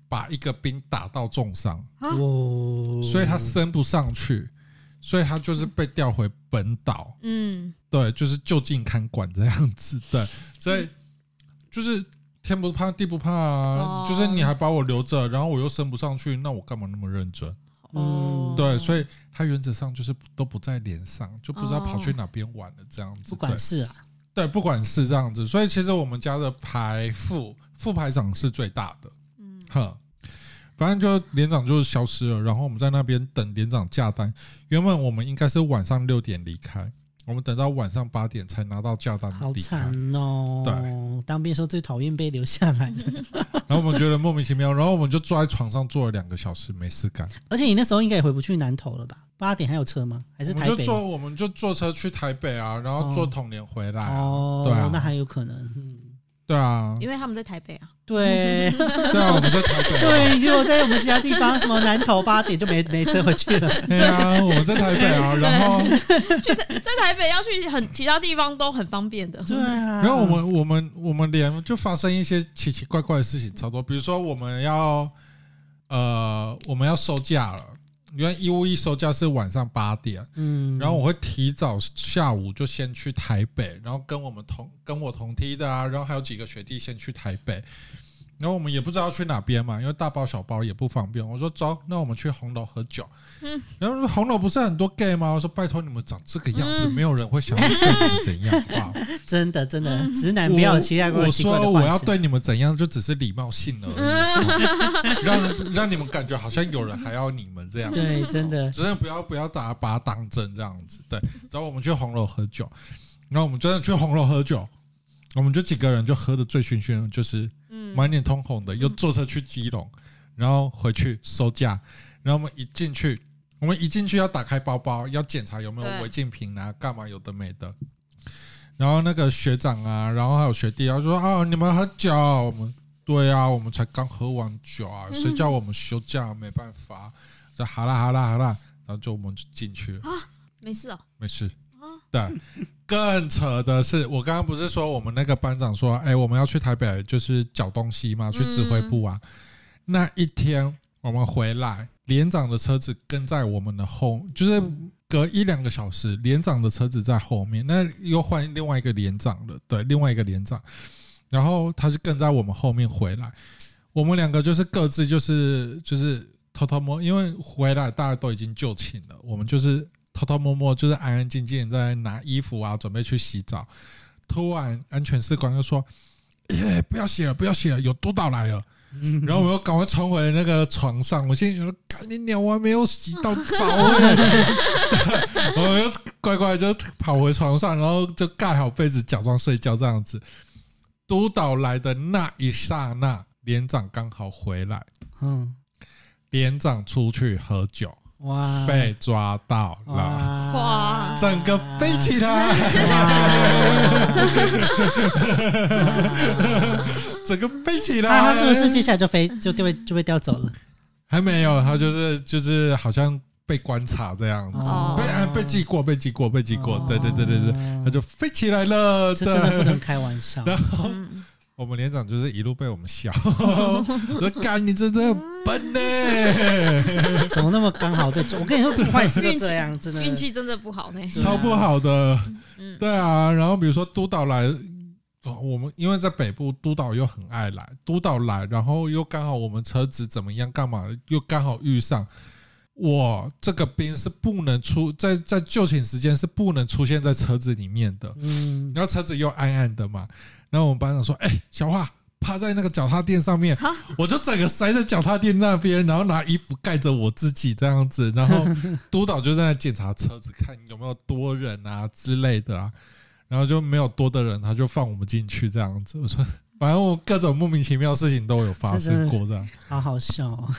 把一个兵打到重伤，
啊
哦，
所以他升不上去，所以他就是被调回本岛，
嗯，
对，就是就近看管这样子对，所以就是天不怕地不怕啊，
哦
就是你还把我留着，然后我又升不上去，那我干嘛那么认真？
哦
嗯，
对，所以他原则上就是都不在连上，就不知道跑去哪边玩了这样
哦
子。
不管是啊，
对对，不管是这样子，所以其实我们家的排副副排长是最大的，嗯，哼，反正就连长就消失了，然后我们在那边等连长下单。原本我们应该是晚上六点离开，我们等到晚上八点才拿到假单
好
离开
惨，哦。
对
当兵的时候最讨厌被留下来， [LAUGHS]
然后我们觉得莫名其妙，然后我们就坐在床上坐了两个小时没事干，
而且你那时候应该也回不去南投了吧？八点还有车吗？还是
我
台
们就
北？
坐我们就坐车去台北啊，然后坐统联回来啊、
哦，
对啊
那还有可能。
[LAUGHS]
嗯
对啊，
因为他们在台北啊，
对
对啊，我们在台北、啊。
对，如果在我们其他地方，什么南投八点就没没车回去了。
对啊，我们在台北啊，然后
在台北要去很其他地方都很方便的。
对啊，
然后我们我们我们连就发生一些奇奇怪怪的事情，超多。比如说我们要呃我们要收假了，因为义务役收假是晚上八点，
嗯，
然后我会提早下午就先去台北，然后跟我们同跟我同梯的啊，然后还有几个学弟先去台北，然后我们也不知道去哪边嘛，因为大包小包也不方便。我说走，那我们去红楼喝酒。嗯，然后说红楼不是很多 gay 吗？我说拜托你们长这个样子，
嗯
没有人会想要对你怎样吧？
真的真
嗯
的，直男
我
不要哎有期待过
我
奇怪的
说我
幻
要
想。
对你们怎样，就只是礼貌性而已， [LAUGHS] 让让你们感觉好像有人还要你们这样。
对，真的，
真的不要不要打把它当真这样子。对，然后我们去红楼喝酒，然后我们真的去红楼喝酒，我们就几个人就喝的醉醺醺的，就是
嗯
满脸通红的，又坐车去基隆，然后回去收假，然后我们一进去，我们一进去要打开包包，要检查有没有
对
违禁品啊，干嘛有的没的。然后那个学长啊，然后还有学弟啊，就说啊，你们喝酒，我们对啊，我们才刚喝完酒啊，谁叫我们休假，没办法。这好啦好啦好啦，然后就我们就进去了，
没事哦，
没事。对，更扯的是，我刚刚不是说我们那个班长说，哎，我们要去台北就是缴东西嘛，去指挥部啊。那一天我们回来，连长的车子跟在我们的后，就是隔一两个小时，连长的车子在后面，那又换另外一个连长了，对，另外一个连长，然后他就跟在我们后面回来，我们两个就是各自就是就是偷偷摸，因为回来大家都已经就寝了，我们就是偷偷摸摸，就是安安静静地在拿衣服啊，准备去洗澡，突然安全士官就说。耶！不要洗了，不要洗了，有督导来了。然后我又赶快冲回那个床上，我心里想说：“干你鸟，我还没有洗到澡欸对我又乖乖就跑回床上，然后就盖好被子，假装睡觉这样子。督导来的那一刹那，连长刚好回来，
嗯，
连长出去喝酒，
哇，
被抓到了，
哇
啊
整个飞起
[LAUGHS]
来，整个飞起来。
他他是不是接下来就飞就就被就被调走了？
还没有，他就是就是好像被观察这样子，
哦
被啊被记过，被记过，被记过
哦，
对对对对对，他就飞起来了。
这真的不
对，
能开玩笑。
嗯，
我们连长就是一路被我们笑， [LAUGHS] 我说干你真的很笨呢、
怎么那么刚好对准？我跟你说，做坏事就这样，真的
运气真的不好呢。
对啊
超不好的。
嗯
对啊，然后比如说督导来，哦我们因为在北部，督导又很爱来，督导来，然后又刚好我们车子怎么样干嘛，又刚好遇上。我这个兵是不能出在在就寝时间是不能出现在车子里面的，
嗯，
然后车子又暗暗的嘛，然后我们班长说：“哎、小华趴在那个脚踏垫上面，我就整个塞在脚踏垫那边，然后拿衣服盖着我自己这样子，然后督导就在那检查车子，看有没有多人啊之类的啊，然后就没有多的人，他就放我们进去这样子。我说，反正我各种莫名其妙的事情都有发生过这样。
好好笑哦，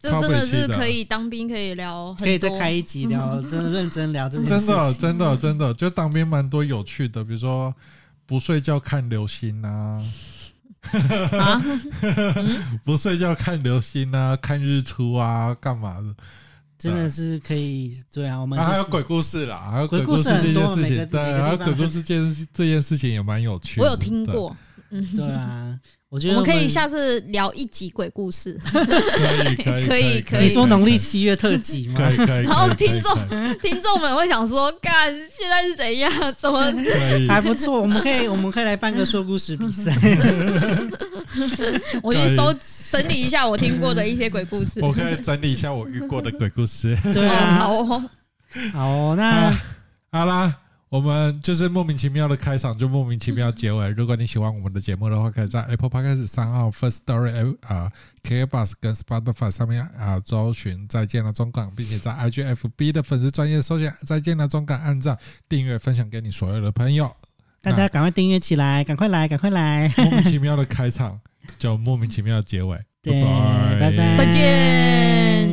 这
超
真
委
的
屈
是
的啊
可以当兵，可以聊
可以
很
再
多。
开一集
[LAUGHS]
聊，真的认真聊这件
真
事
的，哦
情。
真的，真的，就当兵蛮多有趣的，比如说不睡觉看流星
[LAUGHS]
啊，
啊
[LAUGHS]
嗯
不睡觉看流星啊，看日出啊，干嘛的？
真的是可以，对啊，我们
啊，还
就
有
是
鬼故事啦，还有
鬼
故
故
事
事
这
很多
件事
每
情，
个
对，
每个
还有
地
鬼
方
故事这件这件事情也蛮有趣的。
我有听
对，
过，
对啊，我觉
我
得
们可以下次聊一集鬼故事，
可以，可以，
可以
以，
可以
你说农历七月特辑吗？
可以，可以可以，
然后
可以
听
[LAUGHS]
众
可以
听众们会想说：“干，现在是怎样？怎
[LAUGHS]
么
可以，
还不错，我们可以我们可以来办个说故事比赛。
我去搜整理一下我听过的一些鬼故事。
我可以整理一下我遇过的鬼故事。
对
哦
啊
好，哦，
好哦，那
啊 [LAUGHS] 好啦，我们就是莫名其妙的开场，就莫名其妙结尾。如果你喜欢我们的节目的话，可以在 Apple Podcast 上号 First Story 啊、k b u s 跟 Spotify 上面啊、搜寻“再见了中港”，并且在 IGFB 的粉丝专业搜寻“再见了中港”，按赞、订阅、分享给你所有的朋友。
大家赶快订阅起来，赶快来，赶快来，
莫名其妙的开场，就莫名其妙的结尾。
对，
拜
拜拜，
再见。”